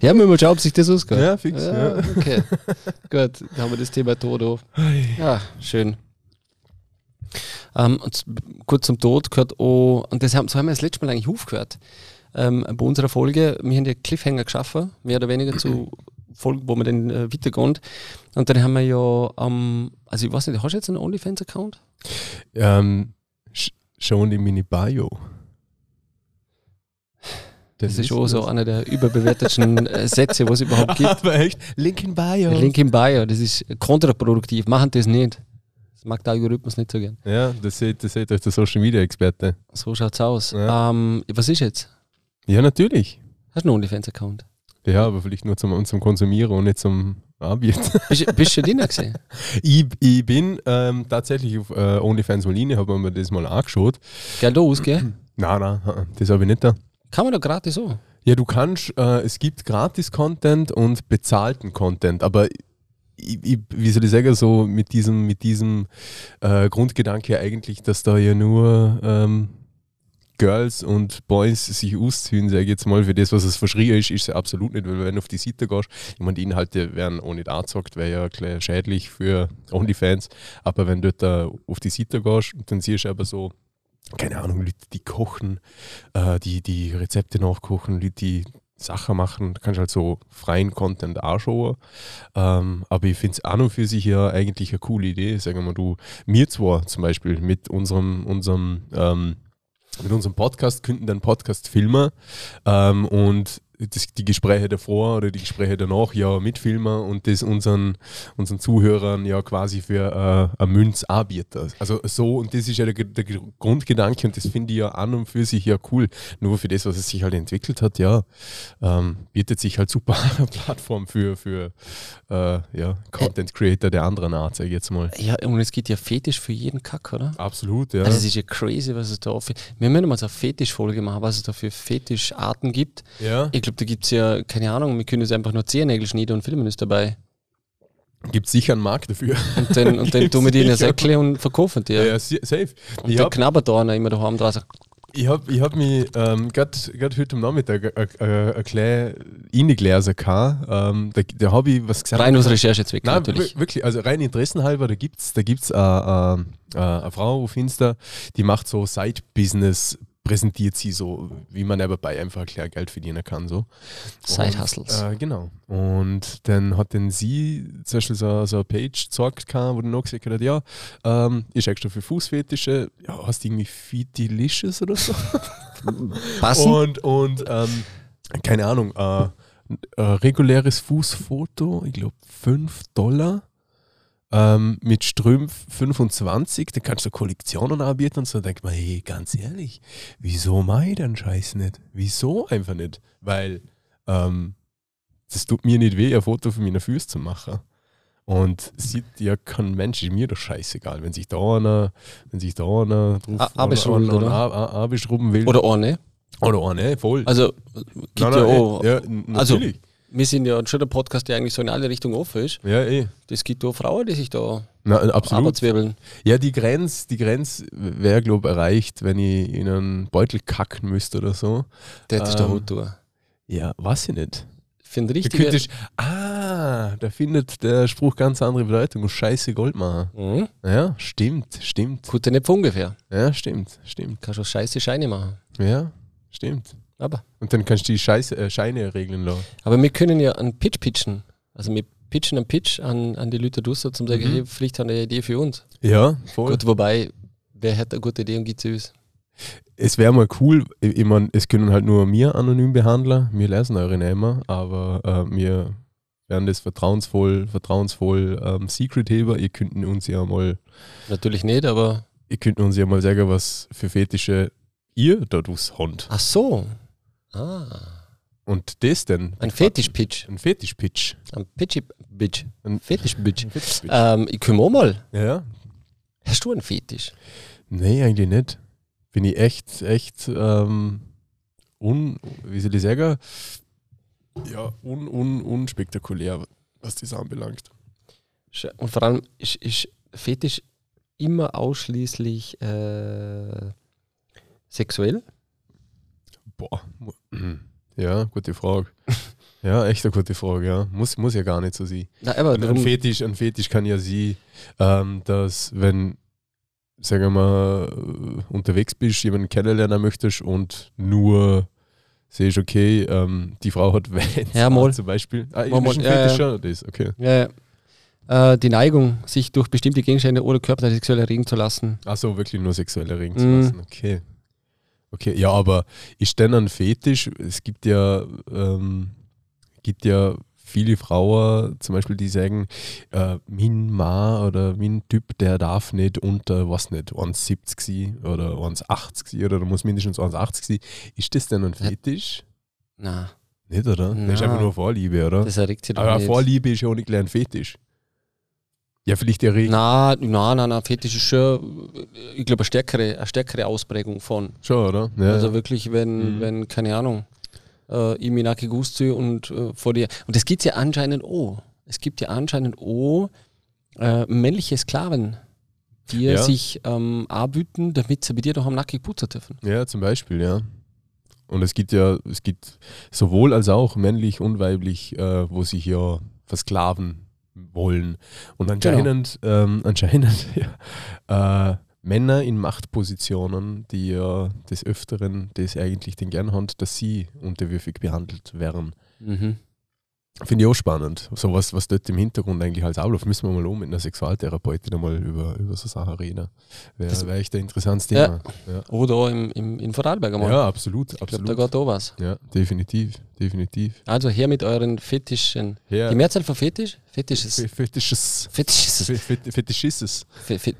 A: Ja, müssen wir schauen, ob sich das ausgeht.
B: Ja, fix, ja.
A: Okay, gut, dann haben wir das Thema Tod auf. Ja, schön. Ähm, und z- kurz zum Tod gehört auch, und das haben, so haben wir das letzte Mal eigentlich aufgehört, ähm, bei unserer Folge, wir haben ja Cliffhanger geschaffen, mehr oder weniger zu Folgen, wo wir dann äh, weitergehen. Und dann haben wir ja, ähm, also ich weiß nicht, hast du jetzt einen OnlyFans-Account?
B: Ähm, sch- schon in meine Bio.
A: Das, ist auch so einer der überbewertetsten äh, Sätze, was es überhaupt gibt.
B: Aber echt, Link in Bio.
A: Link im Bio, das ist kontraproduktiv, machen das nicht. Das mag der Algorithmus nicht so gern.
B: Ja, das seht, das seht euch der Social Media Experte.
A: So schaut's aus.
B: Ja.
A: Ähm, was ist jetzt?
B: Ja, natürlich.
A: Hast du einen OnlyFans-Account?
B: Ja, aber vielleicht nur zum, zum Konsumieren und nicht zum Arbeiten.
A: Bist, bist du drin gesehen?
B: ich, ich bin ähm, tatsächlich auf äh, OnlyFans Moline, habe mir das mal angeschaut.
A: Gell los, gell?
B: Nein, nein, das habe ich nicht da.
A: Kann man doch gratis so.
B: Ja, du kannst, äh, es gibt Gratis-Content und bezahlten Content, aber ich, ich, wie soll ich sagen, so mit diesem, mit diesem äh, Grundgedanke eigentlich, dass da ja nur ähm, Girls und Boys sich ausziehen, sage ich jetzt mal, für das, was es verschrien ist, ist es absolut nicht, weil wenn du auf die Seite gehst, ich meine, die Inhalte werden auch nicht angezockt, wäre ja klar schädlich für Onlyfans, aber wenn du da auf die Seite gehst, dann siehst du aber so, keine Ahnung, Leute, die kochen, äh, die, die Rezepte nachkochen, Leute, die Sachen machen, da kannst du halt so freien Content anschauen. Ähm, aber ich finde es an und für sich ja eigentlich eine coole Idee. Sagen wir mal, du, mir zwar zum Beispiel mit unserem, unserem, ähm, mit unserem Podcast könnten dann Podcast filmen ähm, und das, die Gespräche davor oder die Gespräche danach ja mitfilmen und das unseren, unseren Zuhörern ja quasi für äh, eine Münz anbieten. Also so, und das ist ja der, Ge- der Ge- Grundgedanke und das finde ich ja an und für sich ja cool. Nur für das, was es sich halt entwickelt hat, ja, ähm, bietet sich halt super eine Plattform für, für äh, ja, Content Creator der anderen Art, sage ich jetzt mal.
A: Ja, und es gibt ja Fetisch für jeden Kack, oder?
B: Absolut, ja.
A: Also es ist ja crazy, was es da auf. Wir müssen mal so eine Fetischfolge machen, was es da für Fetischarten gibt.
B: ja.
A: Ich glaube, da gibt es ja, keine Ahnung, wir können jetzt einfach nur Zehennägel schneiden und filmen ist dabei.
B: Gibt sicher einen Markt dafür.
A: Und dann, und dann
B: Gibt's
A: tun wir die in eine
B: sicher.
A: Säckle und verkaufen die.
B: Ja, ja si- safe.
A: Und
B: Ich
A: der
B: hab-
A: knabbert da einer immer daheim dran. sagt,
B: Ich habe ich hab mich ähm, gerade heute am Nachmittag äh, ein kleines Indigläser gehabt. Ähm, da da habe ich was gesagt.
A: Rein aus Recherchezwecken
B: Nein,
A: natürlich.
B: wir- wirklich, also rein interessenhalber, da gibt es da gibt's, äh, äh, äh, eine Frau auf Insta, die macht so Side-Business, präsentiert sie so, wie man aber bei einfach klar Geld verdienen kann. So.
A: Side Hustles.
B: Und, äh, genau. Und dann hat denn sie zum Beispiel so, so eine Page gezeigt, gehabt, wo dann noch gesagt hat, ja, ähm, ich schaue schon für Fußfetische, ja, hast du irgendwie Fetilicious oder so?
A: Passen?
B: äh, Und, und ähm, keine Ahnung, äh, äh, reguläres Fußfoto, ich glaube 5 Dollar. Ähm, mit Strümpf 25, da kannst du Kollektionen anbieten und so, denkt man, hey, ganz ehrlich, wieso mach ich den Scheiß nicht? Wieso einfach nicht? Weil ähm, das tut mir nicht weh, ein Foto von meiner Füße zu machen. Und sieht ja kein Mensch, ist mir doch scheißegal, wenn sich da einer, wenn sich da einer drauf
A: A- abschrubbelt, oder?
B: a- a- abschrubben will.
A: Oder ohne?
B: Oder auch, ne? Voll. eh,
A: Also, gibt ja auch.
B: ja, n-
A: Also-
B: natürlich.
A: Wir sind ja schon der Podcast, der eigentlich so in alle Richtungen offen ist.
B: ja, eh.
A: Es gibt auch Frauen, die sich da
B: Na, absolut.
A: Arbeitswirbeln.
B: Ja, die Grenz, die Grenz wäre, glaube ich, erreicht, wenn ich in einen Beutel kacken müsste oder so.
A: Der hat sich da
B: Ähm,
A: gut tun.
B: Ja, weiß ich nicht.
A: Für einen
B: Da
A: richtigen.
B: könnte ich, ah, da findet der Spruch ganz andere Bedeutung. Scheiße Gold machen.
A: Mhm.
B: Ja, stimmt, stimmt.
A: Gute Nepf ungefähr.
B: Ja, stimmt, stimmt.
A: Kannst du scheiße Scheine machen.
B: Ja, stimmt.
A: Aber,
B: Und dann kannst du die Scheiße, äh, Scheine regeln lassen.
A: aber wir können ja einen Pitch pitchen. Also wir pitchen einen Pitch an, an die Leute draußen, zum sagen,
B: Mhm.
A: hey, vielleicht haben die eine Idee für uns.
B: Ja, voll.
A: Gut, wobei, wer hätte eine gute Idee und gibt sie uns?
B: Es wäre mal cool, ich ich mein, es können halt nur mir anonym behandeln, wir lesen eure Namen, aber äh, wir werden das vertrauensvoll, vertrauensvoll ähm, Secret-Heber, ihr könnten uns ja mal,
A: Natürlich nicht, aber
B: ihr könnt uns ja mal sagen, was für Fetische ihr da draus habt.
A: Ach so. Ah.
B: Und das denn?
A: Ein Fetisch-Pitch.
B: Ein Fetisch-Pitch.
A: Ein Pitchy-Bitch.
B: Ein
A: Fetisch-Bitch.
B: Ein Fetisch-Pitch.
A: Ähm, ich kümmere auch mal.
B: Ja, ja.
A: Hast du einen Fetisch?
B: Nee, eigentlich nicht. Bin ich echt, echt, ähm, un, wie soll ich sagen? Ja, un, un, unspektakulär, was das anbelangt.
A: Sch- Und vor allem ist, ist Fetisch immer ausschließlich äh, sexuell?
B: Boah. mu- Ja, gute Frage. Ja, echt eine gute Frage, ja. Muss, muss ja gar nicht so sein.
A: Na, aber
B: Ein, ein,
A: darum,
B: Fetisch, ein Fetisch kann ja sie, ähm, dass wenn, sagen wir mal, äh, unterwegs bist, jemanden kennenlernen möchtest und nur siehst, okay, ähm, die Frau hat Vans
A: Ja,
B: an,
A: mal.
B: zum Beispiel. Ah,
A: Mal, mal,
B: ist ein
A: ja,
B: Fetisch,
A: ja.
B: ja, das, okay.
A: ja, ja. äh, die Neigung, sich durch bestimmte Gegenstände oder Körperteile sexuell erregen zu lassen.
B: Achso, wirklich nur sexuell erregen zu
A: Mhm.
B: lassen, okay. Okay, ja, aber ist denn ein Fetisch? Es gibt ja, ähm, gibt ja viele Frauen, zum Beispiel, die sagen, äh, mein Ma oder mein Typ, der darf nicht unter, was nicht, 1,70 sein oder 1,80 sein oder da muss mindestens 1,80 sein. Ist das denn ein Fetisch?
A: Na,
B: Nicht, oder? Das ist
A: Na.
B: einfach nur Vorliebe, oder?
A: das erregt sie doch
B: aber
A: nicht.
B: Vorliebe ist ja auch nicht gleich ein Fetisch. Ja, vielleicht erregt
A: Na, na, na, na, Fetisch ist schon, äh, ich glaube, eine stärkere, eine stärkere Ausprägung von.
B: schon, oder? Ja,
A: Also wirklich, wenn,
B: Mhm.
A: wenn, keine Ahnung, äh, ich mir Naki Gusti und äh, vor dir. Und das gibt es ja anscheinend auch. Es gibt ja anscheinend auch äh, männliche Sklaven, die
B: Ja.
A: sich ähm, anbieten, damit sie bei dir doch am Nacken putzen dürfen.
B: Ja, zum Beispiel, ja. Und es gibt ja, es gibt sowohl als auch männlich und weiblich, äh, wo sich ja versklaven wollen. Und
A: Genau.
B: anscheinend, ähm, anscheinend ja, äh, Männer in Machtpositionen, die ja des Öfteren das eigentlich den gern haben, dass sie unterwürfig behandelt werden. Mhm. Finde ich auch spannend. So was, was dort im Hintergrund eigentlich als abläuft. Müssen wir mal um mit einer Sexualtherapeutin einmal über, über so Sachen reden. Wäre
A: Das-
B: wär echt ein interessantes
A: Ja.
B: Thema. Ja,
A: Oder im, im, in Vorarlberg
B: ja.
A: einmal.
B: absolut.
A: ich glaube,
B: absolut.
A: da geht auch was.
B: Ja, definitiv, definitiv.
A: Also her mit euren Fetischen.
B: Ja.
A: Die Mehrzahl von Fetisch? Fetisch ist.
B: Fe- Fetisches.
A: Fetisch ist.
B: Fe- Fe- Fetisches.
A: Fe, Fe,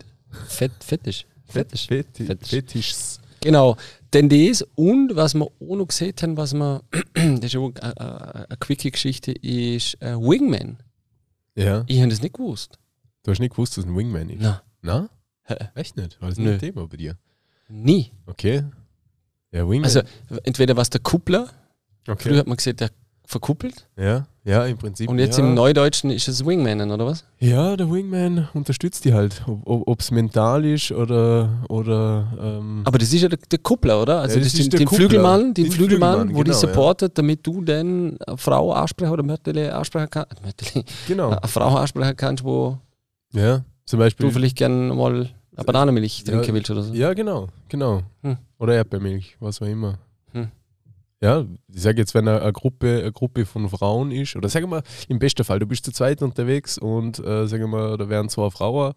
A: Fet, Fetisch. Fetisch.
B: Feti-
A: Fetisch.
B: Fetisches.
A: Genau, denn das und was wir auch noch gesehen haben, was wir, das ist auch eine, eine quicke Geschichte, ist äh, Wingman.
B: Ja.
A: Ich habe das nicht gewusst.
B: Du hast nicht gewusst, dass ein Wingman ist.
A: Na,
B: Na?
A: Hä?
B: Echt nicht? War das
A: Nö.
B: nicht ein Thema bei dir?
A: nie.
B: Okay. Ja, Wingman.
A: Also entweder war es der Kuppler, früher
B: okay.
A: hat man gesagt, der verkuppelt
B: Ja, ja, im Prinzip.
A: und jetzt
B: ja.
A: im Neudeutschen ist es Wingman, oder was?
B: Ja, der Wingman unterstützt die halt. Ob es mental ist oder. oder ähm,
A: Aber das ist ja der, der Kuppler, oder? Also
B: Ja,
A: das,
B: das ist
A: den,
B: der
A: den
B: Kuppler.
A: Flügelmann, den
B: Den
A: Flügelmann,
B: Flügelmann,
A: wo die
B: genau, ja.
A: supportet, damit du dann eine Frau ansprechen oder Mörtele ansprechen kannst, Mörtele,
B: genau.
A: äh, eine Frau ansprechen kannst, wo
B: Ja, zum Beispiel.
A: Ah. du vielleicht gerne mal eine Bananenmilch
B: Ja,
A: trinken willst oder so.
B: Ja, genau, genau.
A: Hm.
B: Oder Erdbeermilch, was auch immer.
A: Hm.
B: Ja, ich sage jetzt, wenn eine, eine, Gruppe, eine Gruppe von Frauen ist, oder sagen wir mal, im besten Fall, du bist zu zweit unterwegs und äh, sagen wir mal, da wären zwei Frauen.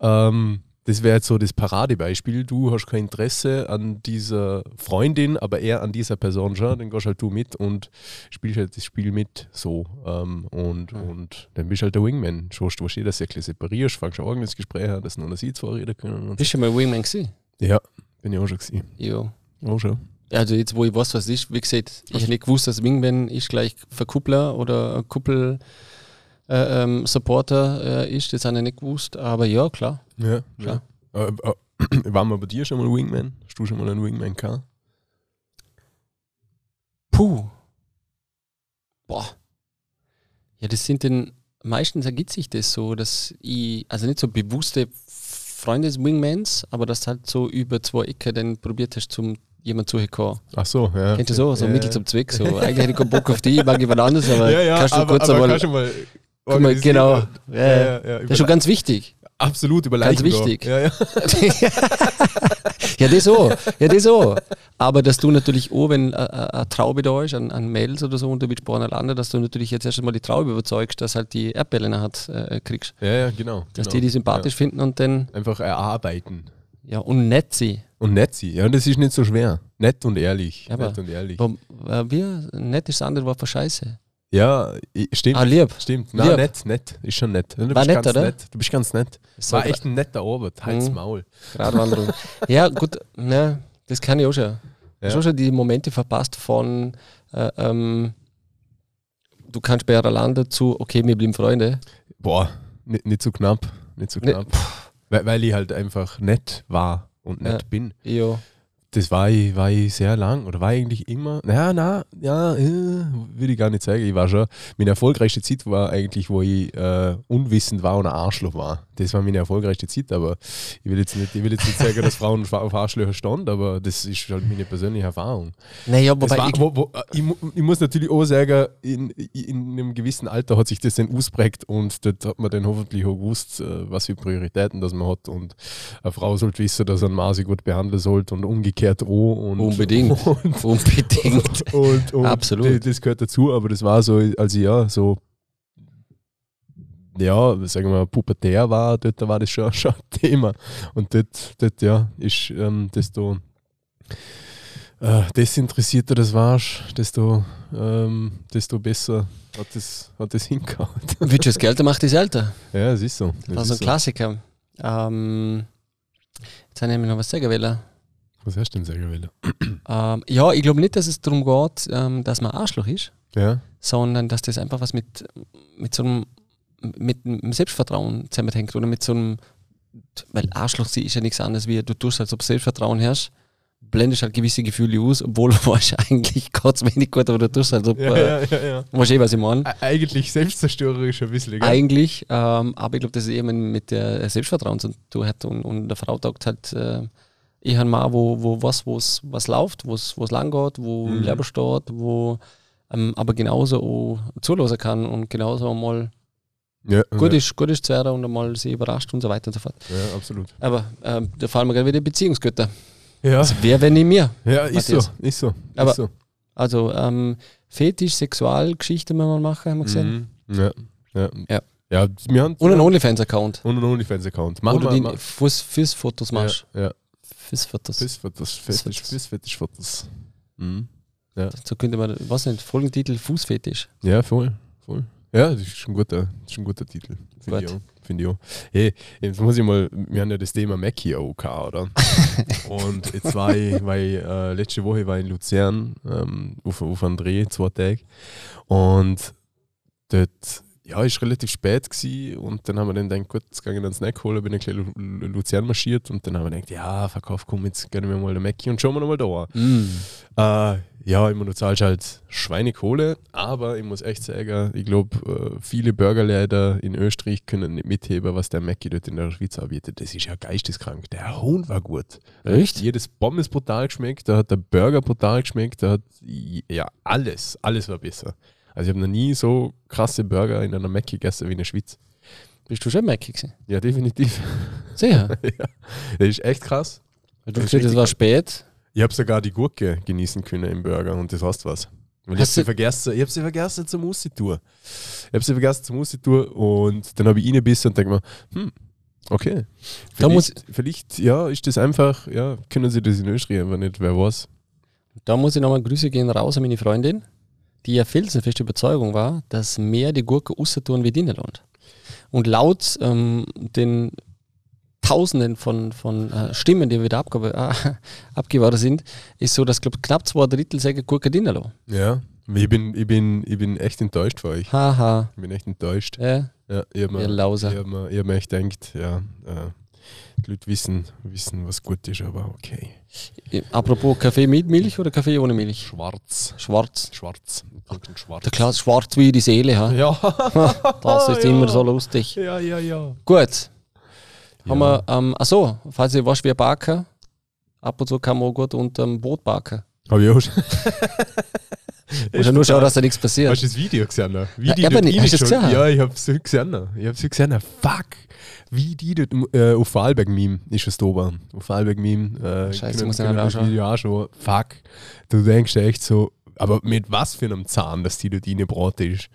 B: Ähm, das wäre jetzt so das Paradebeispiel. Du hast kein Interesse an dieser Freundin, aber eher an dieser Person schon. Dann gehst halt du mit und spielst halt das Spiel mit so. Ähm, und,
A: Hm.
B: und dann bist halt der Wingman. Schaust, was jeder Säckchen separierst, fangst ein eigenes Gespräch an, dass nur noch sie zwei reden können. Und
A: Bist du schon mal Wingman gewesen?
B: ja, bin ich auch schon gewesen.
A: Ja.
B: Auch schon.
A: Also jetzt, wo ich weiß, was es ist, wie gesagt, ich habe nicht gewusst, dass Wingman ist gleich Verkuppler oder Kuppel äh, ähm, Supporter äh, ist, das habe ich nicht gewusst, aber ja, klar.
B: Ja,
A: Klar.
B: ja. Äh, äh, waren wir bei dir schon mal Wingman? Hast du schon mal einen Wingman gehabt?
A: Puh. Boah. Ja, das sind denn, meistens ergibt sich das so, dass ich, also nicht so bewusste Freunde des Wingmans, aber das halt so über zwei Ecke dann probiert hast, zum jemand zu kommen.
B: Ach so, ja.
A: Kennst du so? So
B: ja,
A: Mittel zum Zweck. So. Eigentlich hätte ich keinen Bock auf die, ich mag jemand anderes, aber
B: ja, ja,
A: kannst du
B: aber,
A: kurz
B: aber
A: einmal
B: kannst du mal
A: Guck mal,
B: organisieren.
A: genau.
B: Ja, ja, ja,
A: Das
B: über,
A: ist schon ganz wichtig.
B: absolut über
A: ganz
B: Leichen gehen.
A: wichtig.
B: Ja, ja.
A: ja, das so. Ja, das so. Aber dass du natürlich auch, wenn äh, äh, eine Traube da ist, an, an Mädels oder so und du bist Born alleine, dass du natürlich jetzt erst einmal die Traube überzeugst, dass halt die Erdbeeren hat, äh, kriegst.
B: ja, ja, genau.
A: Dass
B: genau.
A: die die sympathisch finden und dann,
B: Ja. Einfach erarbeiten.
A: ja, und nett sie.
B: Und nett sie. Ja, und das ist nicht so schwer. Nett und ehrlich.
A: Ja, aber-
B: nett und ehrlich.
A: Warum- äh, Wir, nett ist das andere Wort für Scheiße.
B: Ja, i- stimmt.
A: Ah, lieb.
B: Stimmt. Nein,
A: Lieb.
B: nett, nett. Ist schon nett. Du
A: War
B: bist
A: nett,
B: ganz
A: oder?
B: nett. Du bist ganz nett.
A: So
B: War echt ein netter Arbeit. Halt's
A: Mhm.
B: Maul.
A: Gratwanderung. ja, gut, ne, das kann ich auch schon. Ich
B: Ja.
A: habe schon die Momente verpasst von, äh, ähm, du kannst bei Lande zu, okay, wir blieben Freunde.
B: Boah, ni- nicht zu knapp. Nicht zu
A: Ne-
B: knapp. weil, weil ich halt einfach nett war und nett
A: Ja.
B: bin.
A: Jo.
B: Das war ich, war ich sehr lang oder war eigentlich immer. Na, na, ja, äh, will ich gar nicht sagen. Ich war schon. Meine erfolgreichste Zeit war eigentlich, wo ich äh, unwissend war und ein Arschloch war. Das war meine erfolgreichste Zeit, aber ich will jetzt nicht, ich will jetzt nicht sagen, dass Frauen auf Arschlöcher standen, aber das ist halt meine persönliche Erfahrung.
A: Naja,
B: Das
A: wobei
B: war,
A: ich,
B: wo, wo, äh, ich, mu- ich muss natürlich auch sagen, in, in einem gewissen Alter hat sich das dann ausprägt und dort hat man dann hoffentlich auch gewusst, äh, was für Prioritäten das man hat. Und eine Frau sollte wissen, dass ein Mann sie gut behandeln sollte und umgekehrt auch. Und,
A: Unbedingt.
B: Und,
A: unbedingt.
B: und, und
A: Absolut.
B: Das, das gehört dazu, aber das war so, als ich ja so, ja, sagen wir mal, pubertär war, dort war das schon, schon ein Thema. Und dort, dort ja, ist ähm, desto äh, desinteressierter das warst, desto, ähm, desto besser hat das, hat das hingehauen.
A: Willst du das Geld, dann macht das älter.
B: Ja, es ist so.
A: Das
B: Es
A: ist ein
B: ist so.
A: Klassiker. Ähm, jetzt habe ich nämlich noch was sagen wollen.
B: Was hast du denn sagen wollen?
A: Ähm, ja, ich glaube nicht, dass es darum geht, ähm, dass man Arschloch ist,
B: Ja,
A: sondern dass das einfach was mit, mit so einem mit einem Selbstvertrauen zusammenhängt oder mit so einem, weil Arschloch sie ist ja nichts anderes wie du tust, als ob du Selbstvertrauen hast, blendest halt gewisse Gefühle aus, obwohl du weißt, eigentlich kurz wenig gut, aber du tust, als ob, äh,
B: ja, ja, ja.
A: weißt eh, was ich meine.
B: Eigentlich selbstzerstörerisch ein bisschen, gell?
A: Eigentlich, ähm, aber ich glaube, dass es eben mit der äh, Selbstvertrauen zu tun hat und, und der Frau taugt halt äh, eher mal, wo, wo was, wo's, was läuft, wo es lang geht, wo
B: Mhm.
A: mhm. Leben steht, wo ähm, aber genauso auch zulassen kann und genauso mal
B: Ja,
A: gut
B: ja,
A: ist, gut ist zu hören und mal sie überrascht und so weiter und so fort.
B: ja, absolut.
A: Aber ähm, da fallen mir gerade wieder Beziehungsgötter.
B: Ah. Ja,
A: Das wäre, wenn nicht mir.
B: ja ist, so,
A: Matthias.
B: ist so.
A: Aber-
B: ist so.
A: Also ähm, Fetisch, Sexualgeschichte müssen wir machen, haben wir gesehen.
B: Mhm. Ja. Ja.
A: Ja.
B: ja, wir haben
A: Und einen OnlyFans-Account.
B: und einen OnlyFans-Account. Machen
A: Oder
B: wir
A: die
B: mal.
A: Fuß- Füßfotos machst.
B: Ja, ja.
A: Füßfotos.
B: Fistfotos, Fetisch,
A: Fistfotos.
B: Fistfetisch-Fotos. Mhm. Ja.
A: So könnte man, was nicht, Folgentitel Fußfetisch.
B: ja, voll. voll. Ja, das ist schon ein guter, das ist schon ein guter Titel. Finde ich
A: Gut.
B: auch. Finde ich auch. Hey, jetzt muss ich mal, wir haben ja das Thema Mackie OK, oder? Und jetzt war ich, war ich äh, letzte Woche war ich in Luzern ähm, auf, auf einem Dreh, zwei Tage. Und dort, ja, ist relativ spät gsi und dann haben wir dann gedacht, gut, jetzt gehe ich dann einen Snack holen, bin ein bisschen Lu- Lu- Luzern marschiert und dann haben wir gedacht, ja, Verkauf, komm, jetzt gönnen wir mal den Mackie und schauen wir nochmal da an. Äh, ja, immer du zahlst halt Schweinekohle, aber ich muss echt sagen, ich glaube, äh, viele Burgerläder in Österreich können nicht mitheben, was der Mackie dort in der Schweiz anbietet. Das ist ja geisteskrank. Der Huhn war gut. Da hat
A: Echt?
B: Jedes Pommes brutal geschmeckt, da hat der Burger brutal geschmeckt, da hat j- ja alles, alles war besser. Also ich habe noch nie so krasse Burger in einer Mackie gegessen wie in der Schweiz.
A: Bist du schon Mackie gewesen?
B: Ja, definitiv.
A: Sehr.
B: ja. Das ist echt krass.
A: Weil du hast gesagt, es war spät.
B: Ich habe sogar die Gurke genießen können im Burger und das heißt was. Weil ich habe
A: Hast
B: sie
A: du-
B: vergessen, ich habe sie vergessen zur Musiktour. Ich habe sie vergessen zur Musiktour und dann habe ich reingebissen und denke mir, hm, okay. Vielleicht,
A: Da muss-
B: vielleicht, ja, ist das einfach, ja, können sie das in Österreich einfach nicht, wer weiß.
A: Da muss ich nochmal Grüße gehen raus an meine Freundin, die ja felsenfeste Überzeugung war, dass mehr die Gurke außer tun wie Dinnerland. Und laut ähm, den Tausenden von, von äh, Stimmen, die wieder abgabe, äh, abgewahrt sind, ist so, dass glaub, knapp zwei Drittel sagen Gurke Dinnerlo.
B: Ja. Ich bin, ich bin, ich bin echt enttäuscht von euch.
A: Haha.
B: Ich bin echt enttäuscht.
A: Äh,
B: Ja, ich habe mir,
A: Ihr
B: ich
A: Lauser.
B: hab mir, ich hab mir echt gedacht, ja, äh, die Leute wissen, wissen, was gut ist, aber okay.
A: Apropos Kaffee mit Milch oder Kaffee ohne Milch?
B: Schwarz.
A: Schwarz.
B: Schwarz. Ich trinke einen Schwarz.
A: Der Klaus schwarz wie die Seele. Ha?
B: Ja.
A: Das ist
B: Ja.
A: immer so lustig.
B: Ja, ja, ja.
A: Gut. Haben wir, ähm, achso, falls ihr was wie Barker, ab und zu kann man auch gut unter dem Boot barken.
B: Hab ich auch schon.
A: Muss ja nur schauen, dass da nichts passiert.
B: Hast du das Video gesehen? ne? Wie
A: Ja,
B: die
A: eben
B: dort
A: nicht. Hast du es
B: reinschauen?
A: gesehen?
B: Ja, ich hab's gesehen. ne? Ich hab's gesehen. ne? Fuck. Wie die dort, äh, auf Vorarlberg-Meme ist es da Auf Vorarlberg-Meme. Äh,
A: Scheiße,
B: können-
A: muss ich halt
B: können wir das
A: anschauen.
B: Video anschauen. Fuck. Du denkst echt so, aber mit was für einem Zahn, dass die dort reingebraten ist.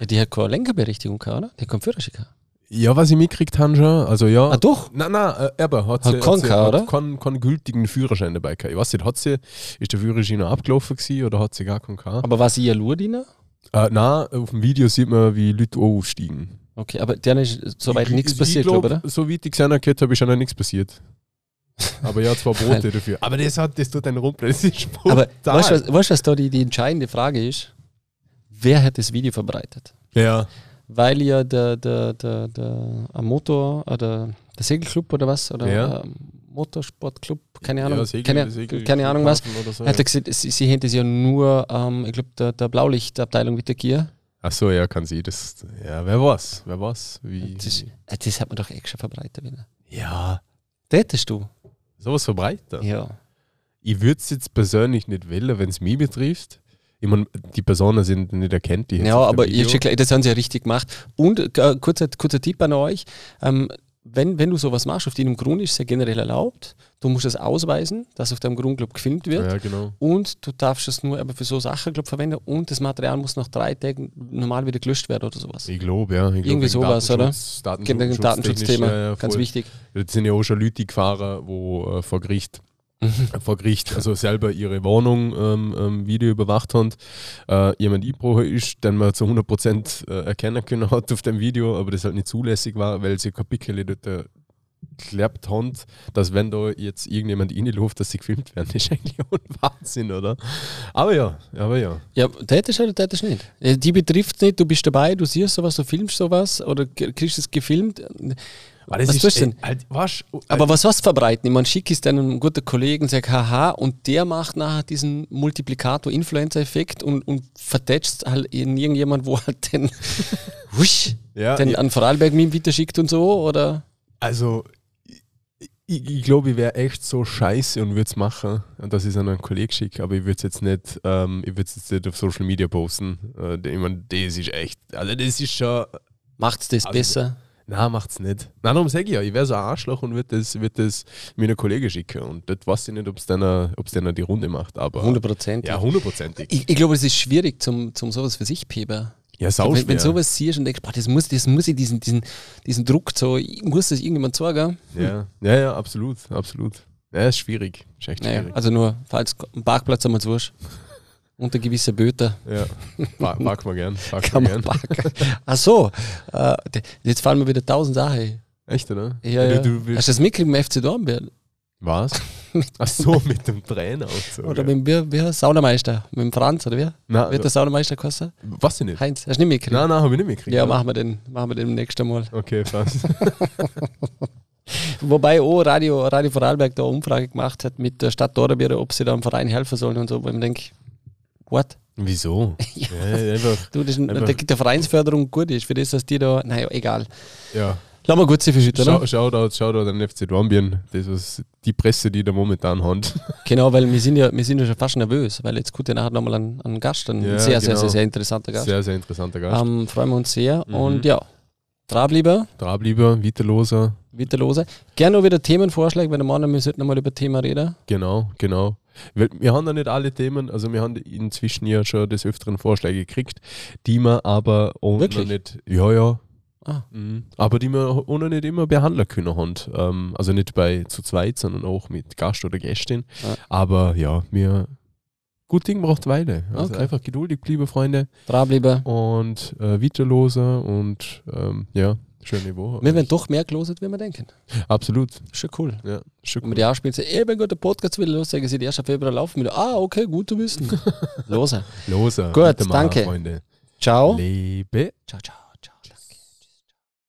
A: Ja, die hat keine Lenkerberichtigung gehabt, oder? Die hat keinen Führerschein gehabt.
B: Ja, was ich mitgekriegt habe schon, also ja.
A: Ah, doch?
B: Nein, nein, äh, aber hat sie,
A: Hat keinen
B: sie
A: gehabt,
B: hat
A: oder?
B: keinen, keinen gültigen Führerschein dabei gehabt. Ich weiß nicht, hat sie, ist der Führerschein noch abgelaufen gewesen oder hat sie gar keinen gehabt?
A: Aber war sie ihr Lurdiner?
B: Äh, nein, auf dem Video sieht man, wie Leute aussteigen.
A: Okay, aber denen ist soweit nichts passiert,
B: glaube
A: glaube ich, oder?
B: So wie ich gesehen habe, habe ich schon noch nichts passiert. Aber ja, zwei Boote dafür. Aber das, hat, das tut einen Rumpel, das ist
A: Aber
B: brutal.
A: weißt du, was, weißt, du, was da die, die entscheidende Frage ist? Wer hat das Video verbreitet?
B: ja,
A: Weil ja der, der, der, der am Motor oder der Segelclub oder was? Oder
B: Ja.
A: ähm, Motorsportclub, keine
B: Ja,
A: Ahnung,
B: Segel-
A: keine,
B: Segel-
A: keine Ahnung was.
B: Oder so,
A: Hat er gesagt, sie, sie hätten es ja nur, ähm, ich glaube, der, der Blaulichtabteilung mit der Gier.
B: Ach so, ja, kann sie. Das, ja, wer weiß, wer weiß, wie.
A: Das, ist- äh, das hat man doch extra verbreitet. Wieder.
B: ja,
A: Das hättest du.
B: sowas verbreitet.
A: Ja.
B: Ich würde es jetzt persönlich nicht wählen, wenn es mich betrifft. Ich meine, die Personen sind nicht erkannt, die jetzt
A: Ja,
B: auf dem
A: aber
B: Video-
A: ist schon klar, das haben sie ja richtig gemacht. Und äh, kurzer, kurzer Tipp an euch, ähm, wenn, wenn du sowas machst, auf deinem Grund ist es ja generell erlaubt, du musst es ausweisen, dass auf deinem Grund, glaub, gefilmt wird
B: Ja, genau.
A: und du darfst es nur aber für so Sachen, glaub, verwenden und das Material muss nach drei Tagen normal wieder gelöscht werden oder sowas.
B: Ich glaube, ja. Ich glaub,
A: Irgendwie
B: wegen
A: sowas, oder?
B: Datenschutz-
A: Genau,
B: Datenschutz,
A: ein Datenschutzthema,
B: technisch, ja, ja,
A: ganz
B: voll.
A: wichtig.
B: Jetzt sind ja auch schon Leute gefahren, wo äh, vor Gericht,
A: Mhm.
B: vor Gericht, also selber ihre Wohnung ähm, ähm, Video überwacht haben. Äh, jemand eingebrochen ist, den man zu 100% äh, erkennen können hat auf dem Video, aber das halt nicht zulässig war, weil sie Kapitel dort äh, geklebt haben, dass wenn da jetzt irgendjemand reinläuft, dass sie gefilmt werden. Das ist eigentlich auch ein Wahnsinn, oder? Aber ja, aber ja.
A: Ja, das ist oder das ist nicht. Äh, Die betrifft es nicht, du bist dabei, du siehst sowas, du filmst sowas oder k- kriegst es gefilmt.
B: Aber das
A: Was
B: ist
A: tust du denn?
B: äh, Halt, was,
A: Aber was hast du verbreiten? Ich meine, schick ist deinem guten Kollegen, sag haha, und der macht nachher diesen Multiplikator-Influencer-Effekt und, und vertätscht halt in irgendjemand, wo halt den, husch,
B: äh, ja,
A: den an Vorarlberg mit wieder schickt und so, oder?
B: Also, ich, ich, ich glaube, ich wäre echt so scheiße und würde es machen, und dass ich es an einen Kollegen schicke, aber ich würde es jetzt, nicht, ähm, ich würd's jetzt nicht auf Social Media posten. Äh, ich mein, das ist echt, also das ist schon,
A: Macht's das
B: Also-
A: besser?
B: na macht's nicht. Nein, darum sage ich ja, ich wäre so ein Arschloch und würde das, würd das meiner Kollegen schicken und das weiß ich nicht, ob es dann, ob's dann die Runde macht, aber
A: 100 Prozent.
B: ja, hundertprozentig.
A: Ich, ich glaube, es ist schwierig, zum, zum sowas für sich peber.
B: Ja, sau
A: Wenn, wenn
B: schwer.
A: sowas siehst und denkst, boah, das muss, das muss ich diesen, diesen, diesen Druck so, ich muss das irgendjemand sagen.
B: Ja, ja, ja, absolut, absolut. Ja, ist schwierig, ist echt
A: Naja,
B: schwierig.
A: also nur, falls ein Parkplatz einmal zu wurscht. Unter gewisser Böter.
B: Ja, mag, mag man gern, mag
A: Kann
B: man
A: man
B: gern.
A: backen. Ach so, äh, d- jetzt fallen mir wieder tausend Sachen ein.
B: Echt, oder?
A: Ja, ja.
B: Du, du,
A: Hast du das mitgekriegt mit dem FC Dornbirn?
B: Was? Ach so, mit dem Trainer und so.
A: Oder mit dem wer, wer, Saunameister? Mit dem Franz, oder wer?
B: Na,
A: Wird der Saunameister kosten?
B: was denn nicht?
A: Heinz, hast du nicht mitgekriegt?
B: Nein, nein, habe ich nicht mitgekriegt.
A: Ja, machen wir den, machen wir den nächsten Mal.
B: Okay, fast.
A: Wobei auch Radio, Radio Vorarlberg da eine Umfrage gemacht hat mit der Stadt Dornbirn, ob sie da im Verein helfen sollen und so, wo ich mir denke, what?
B: Wieso?
A: Ja.
B: ja, einfach.
A: Du, das ist, ein-
B: Einfach-
A: da gibt der Vereinsförderung gut ist, für das, dass die da, naja, egal.
B: Ja.
A: Lass mal gut sein für ne? heute,
B: Schau,
A: oder?
B: Shoutout, Shoutout an den FC Dornbirn. Das ist die Presse, die da momentan hat.
A: Genau, weil wir sind ja, wir sind ja schon fast nervös, weil jetzt gut, nachher nochmal einen, einen Gast, einen
B: Ja,
A: sehr, sehr,
B: genau.
A: sehr, sehr interessanter Gast.
B: Sehr, sehr interessanter Gast. Mhm.
A: Ähm, freuen wir uns sehr. Und ja, dran bleiben,
B: Trab lieber, Vitelloser.
A: wieder losen. Gerne noch wieder Themenvorschläge, wenn der Mann, wir sollten noch mal über Thema reden.
B: Genau, genau. Weil Wir haben da nicht alle Themen, also wir haben inzwischen ja schon des Öfteren Vorschläge gekriegt, die wir aber auch noch
A: Wirklich?
B: nicht. Ja, ja.
A: Ah.
B: Mhm. Aber die wir auch noch nicht immer behandeln können haben. Ähm, also nicht bei zu zweit, sondern auch mit Gast oder Gästin.
A: Ah.
B: Aber ja, mir gut Ding braucht Weile. Also
A: Okay.
B: einfach geduldig bleiben, Freunde.
A: Dranbleiben.
B: Und äh, weiterloser und ähm, ja, schöne Woche.
A: Wir werden doch mehr geloset, wie wir denken.
B: Absolut.
A: Ist Schon cool.
B: Ja, schön
A: Wenn wir die anspielen, sagen, ey, mein guter Podcast wieder los, sagen sie, der 1. Februar laufen wieder. Ah, okay, gut zu wissen. Loser.
B: Loser.
A: Gut,
B: weitermachen,
A: danke.
B: Freunde.
A: Ciao.
B: Lebe.
A: Ciao, ciao.